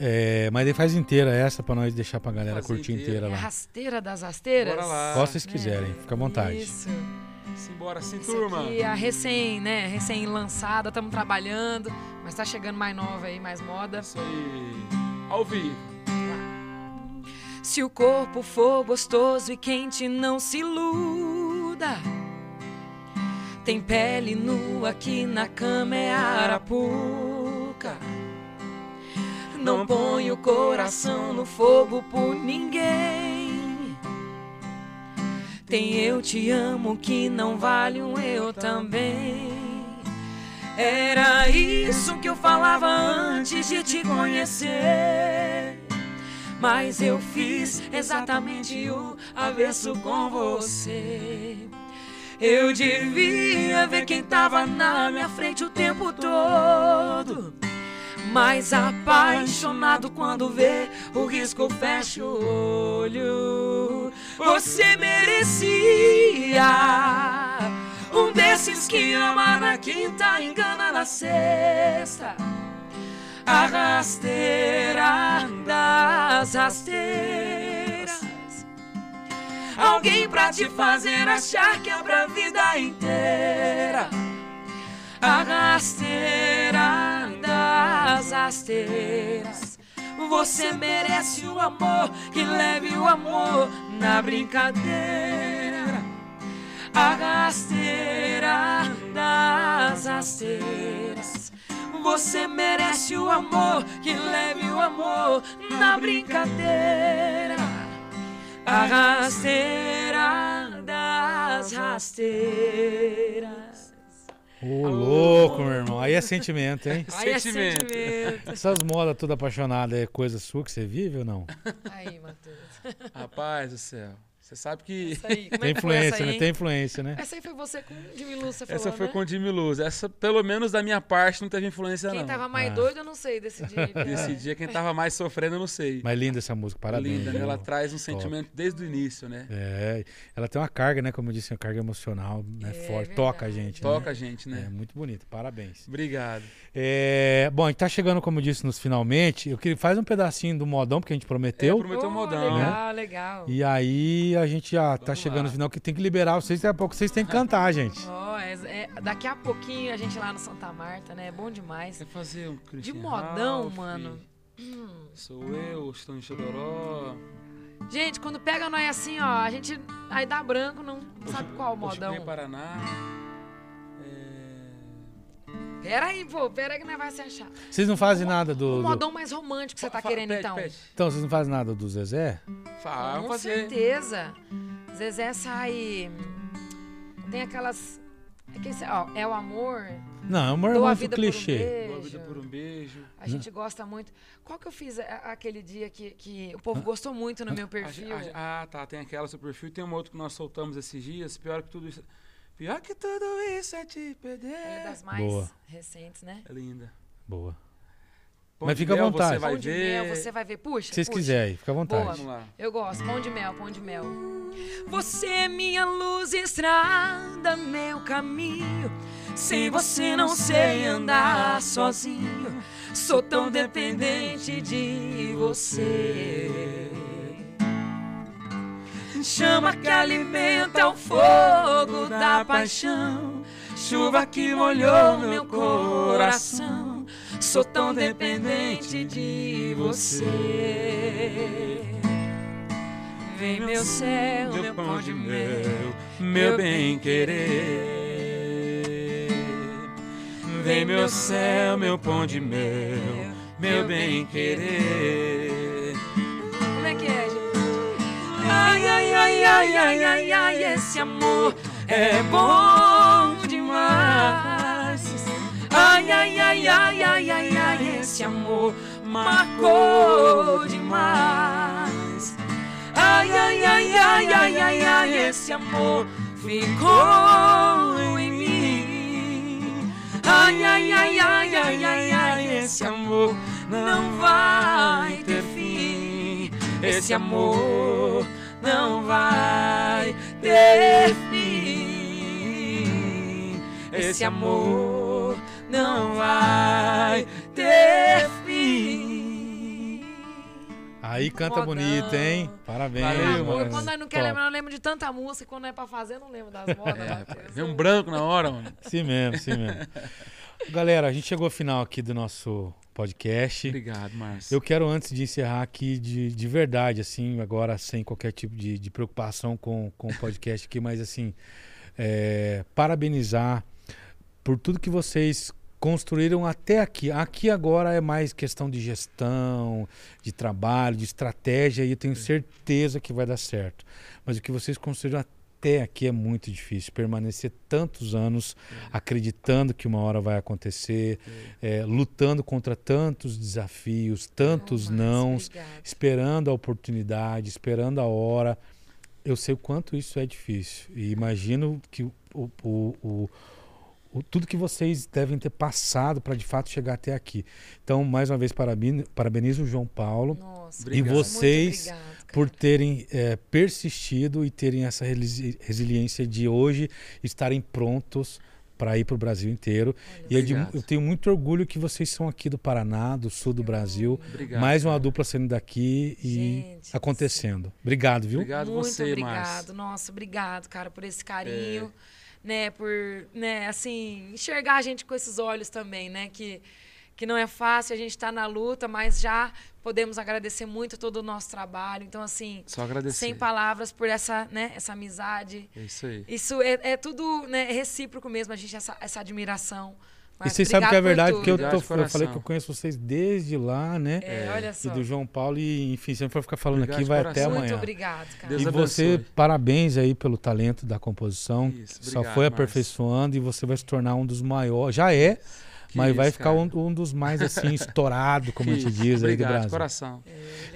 É, mas ele faz inteira essa pra nós deixar pra galera
Fazer
curtir
inteira.
inteira
É a
lá.
rasteira das rasteiras? Né?
Bora lá.
Qual vocês quiserem, fica à vontade.
Isso.
Simbora, sim,
Essa
turma.
aqui é a recém, né? Recém lançada, estamos trabalhando, mas tá chegando mais nova aí, mais moda.
Isso aí. Ao vivo.
Se o corpo for gostoso e quente, não se iluda. Tem pele nua aqui na cama é arapuca. Não põe o coração no fogo por ninguém. Tem eu te amo que não vale um eu também. Era isso que eu falava antes de te conhecer. Mas eu fiz exatamente o avesso com você. Eu devia ver quem tava na minha frente o tempo todo. Mas apaixonado quando vê, o risco fecha o olho. Você merecia um desses que ama na quinta, engana na sexta a rasteira das rasteiras. Alguém pra te fazer achar que abra a vida inteira. A rasteira das rasteiras. Você merece o amor que leve o amor na brincadeira. A rasteira das rasteiras. Você merece o amor que leve o amor na brincadeira. A rasteira das rasteiras.
Ô, louco, meu irmão. Aí é sentimento,
*laughs*
hein?
Aí é
Sentimento.
sentimento.
Essas modas toda apaixonada é coisa sua que você vive ou não?
*laughs* Aí, Matheus.
Rapaz do céu. Você sabe que.
Isso aí, como
Tem
é que foi essa
influência,
aí,
né?
hein?
Tem influência, né?
Essa aí foi você com o Jimmy Lúcia falou,
Essa foi
né?
com o Jimmy Luz. Essa, pelo menos da minha parte, não teve influência,
Quem
não. É.
tava mais
Ah.
doido, eu não sei
*laughs*
desse dia. aí, cara.
Esse dia, quem tava mais sofrendo, eu não sei.
Mas linda essa música, parabéns.
Linda, né?
viu?
Ela traz um sentimento desde o início, né?
É, ela tem uma carga, né? Como eu disse, uma carga emocional né, forte. Toca a
É verdade.
gente. né?
Toca a gente,
É
né?
muito bonito, parabéns.
Obrigado.
É, bom, a gente tá chegando, como eu disse, nos finalmente. Eu queria faz um pedacinho do modão, porque a gente prometeu.
É, prometeu
Oh,
modão. né?
Legal, legal.
E aí a gente já tá
Vamos
chegando
lá.
no final, que tem que liberar vocês, daqui a pouco vocês têm que cantar, gente.
Ó, é- é- daqui a pouquinho a gente lá no Santa Marta, né? É bom demais.
Quer fazer um Christian
modão,
Ralph?
mano.
Sou eu, estou em Chororó.
Gente, quando pega nós assim, ó, a gente aí dá branco, não sabe qual modão.
Chiclin, Paraná. É...
Pera aí, pô, pera aí que nós vai se achar.
Vocês não fazem nada do.
O
do-
modão mais romântico que você tá
Fa-
querendo,
pede,
então.
Pede.
Então, vocês não fazem nada do Zezé?
Fala, vamos
Com
Ah, fazer.
certeza. Zezé sai. Tem aquelas. é que esse- ó, é o amor.
Não, é um
Dou a
romance
vida
clichê.
por um
Boa
beijo.
vida por um beijo.
A gente gosta muito. Qual que eu fiz a- aquele dia que, que o
Ah.
povo gostou muito no meu
A ge-
perfil?
a ge- ah, tá. Tem aquela seu perfil. Tem uma outra que nós soltamos esses dias. Pior que tudo isso. Pior que tudo isso é te
Ela é
perder.
das mais
Boa.
recentes, né?
É linda.
Boa.
Pão
Mas
de
fica à
mel,
vontade.
Você vai
pão de
ver.
mel, você vai ver. Puxa,
Se vocês
puxa.
quiserem, fica à
Boa.
vontade.
Vamos lá.
Eu gosto. Pão de mel, pão de mel. Você é minha luz, estrada, meu caminho. Sem você não sei andar sozinho. Sou tão dependente de você. Chama que alimenta o fogo da paixão. Chuva que molhou meu coração. Sou tão dependente de você. Vem meu céu, meu pão de mel, meu bem querer.
Vem meu céu, meu pão de mel, meu bem querer.
Como é que é, gente? Ai, ai, ai, ai, ai, ai, ai, esse amor é bom demais. Ai, ai, ai, ai, ai, ai, ai, esse amor marcou demais. Ai, ai, ai, ai, ai, ai, ai, esse amor ficou em mim. Ai, ai, ai, ai, ai, ai, ai, esse amor não vai ter fim. Esse amor não vai ter fim. Esse amor não vai ter fim.
Aí canta
Modão.
bonito, hein? Parabéns.
Valeu,
mano.
Amor, quando nós não quer
Top.
lembrar, eu lembro de tanta música. Quando é pra fazer, eu não lembro *laughs* das modas.
É,
não.
pô, vem um branco na hora, mano.
Sim mesmo, sim
*laughs*
mesmo. Galera, a gente chegou ao final aqui do nosso podcast.
Obrigado, Márcio.
Eu quero, antes de encerrar aqui, de, de verdade, assim, agora sem qualquer tipo de, de preocupação com, com o podcast aqui, mas assim, é, parabenizar por tudo que vocês construíram até aqui. Aqui agora é mais questão de gestão, de trabalho, de estratégia, e eu tenho certeza que vai dar certo. Mas o que vocês construíram até aqui é muito difícil. Permanecer tantos anos acreditando que uma hora vai acontecer, é, lutando contra tantos desafios, tantos
Não, mas
nãos,
obrigada.
esperando a oportunidade, esperando a hora. Eu sei o quanto isso é difícil. E imagino que o, o- o- o- o- tudo que vocês devem ter passado para de fato chegar até aqui. Então, mais uma vez, paraben- parabenizo o João Paulo
Nossa,
E
muito
vocês,
obrigado, cara.
por terem eh, persistido e terem essa resili- resiliência de hoje estarem prontos para ir para o Brasil inteiro. E é de mu-
Obrigado.
eu tenho muito orgulho que vocês são aqui do Paraná, do sul do Brasil.
Obrigado.
Mais uma dupla saindo daqui e
Gente do
acontecendo. Obrigado, viu?
Obrigado
Muito
você,
obrigado.
Márcio.
Nossa, obrigado, cara, por esse carinho, né, por, né, assim, enxergar a gente com esses olhos também, né, que que não é fácil, a gente está na luta, mas já podemos agradecer muito todo o nosso trabalho. Então, assim,
Só agradecer.
sem palavras por essa, né, essa amizade.
É isso aí.
Isso é, é tudo né, recíproco mesmo, a gente, essa, essa admiração.
E
Mas
vocês sabem que é
obrigado por
verdade,
tudo.
porque eu,
Obrigado
tô-
de
eu falei
coração.
que eu conheço vocês desde lá, né?
É, olha só.
E do João Paulo, e enfim, se eu for ficar falando
Obrigado
aqui,
de
vai
coração.
até
Muito
amanhã.
obrigado, cara.
Deus
e
abençoe.
você, parabéns aí pelo talento da composição.
Isso,
só
obrigado,
foi
Márcio.
aperfeiçoando e você vai se tornar um dos maiores. Já é,
Que
mas vai
isso,
ficar
cara.
um, um dos mais
*laughs*
assim, estourado, como a
Que
gente
isso.
diz aí do
Obrigado,
Brasil.
de coração.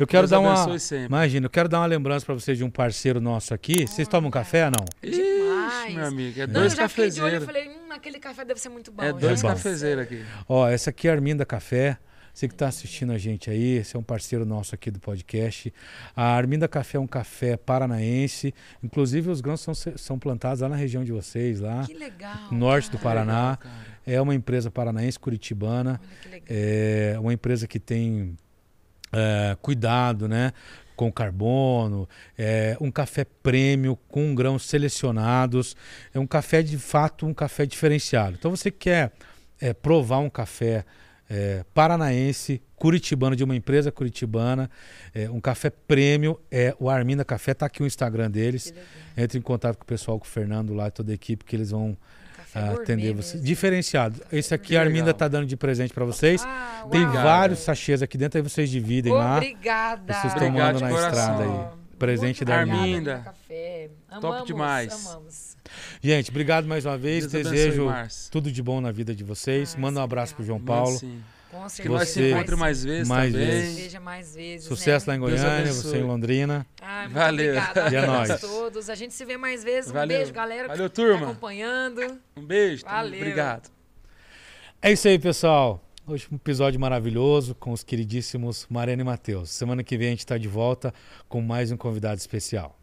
Eu quero
Deus
dar uma.
abençoe sempre.
Imagina, eu quero dar uma lembrança pra vocês de um parceiro nosso aqui. Vocês tomam café ou não?
Demais.
Ixi, meu amigo, é
Não, eu
dois
já fiquei de olho e falei,
cafezeiros.
hum, aquele café deve ser muito bom. tá."
É dois
bom.
cafezeiros aqui.
Ó, essa aqui é a Arminda Café. Você que está assistindo a gente aí, esse é um parceiro nosso aqui do podcast. A Arminda Café é um café paranaense. Inclusive, os grãos são, são plantados lá na região de vocês, lá,
Ah.
Que legal.
norte do
Ah, cara.
Paraná.
Cara,
É uma empresa paranaense, curitibana.
Olha que legal.
É uma empresa que tem é, cuidado, né? Com carbono, é, um café prêmio com grãos selecionados. É um café de fato, um café diferenciado. Então você quer é, provar um café é, paranaense, curitibano, de uma empresa curitibana, é, um café prêmio, é o Armina Café, tá aqui o Instagram deles. Entre em contato com o pessoal, com o Fernando lá e toda a equipe, que eles vão
Café
ah,
gourmet
atender
mesmo. né?
você. Diferenciado. Esse aqui a
legal.
Arminda tá dando de presente para vocês.
Ah,
Tem
uau.
vários sachês aqui dentro, aí vocês dividem lá.
Obrigada.
Vocês estão
Obrigado
mandando
de
na
coração.
estrada aí. Presente
Muito
da
obrigada,
Arminda.
Arminda.
Arminda Café.
Top
Amamos,
demais.
Amamos.
Gente, obrigado mais uma vez.
Deus abençoe,
Desejo
Márcio.
tudo de bom na vida de vocês.
Ai,
Manda um abraço pro
obrigada.
João Paulo.
Manda sim.
Com
Que
certeza.
nós se
Você-
encontre mais vezes
mais
também.
vezes.
Veja mais vezes.
Sucesso
né?
lá em
Deus
Goiânia,
abençoe.
você em Londrina.
Ai, muito
Valeu.
Obrigada.
E é
Abraço
nóis.
a todos. A gente se vê mais vezes. Um
Valeu.
beijo, galera. que
Valeu,
tá
turma.
acompanhando.
Um beijo. tamo-
Valeu.
Obrigado.
É isso aí, pessoal. Hoje um episódio maravilhoso tá com os queridíssimos Mariana e Matheus. Semana que vem a gente está de volta com mais um convidado especial.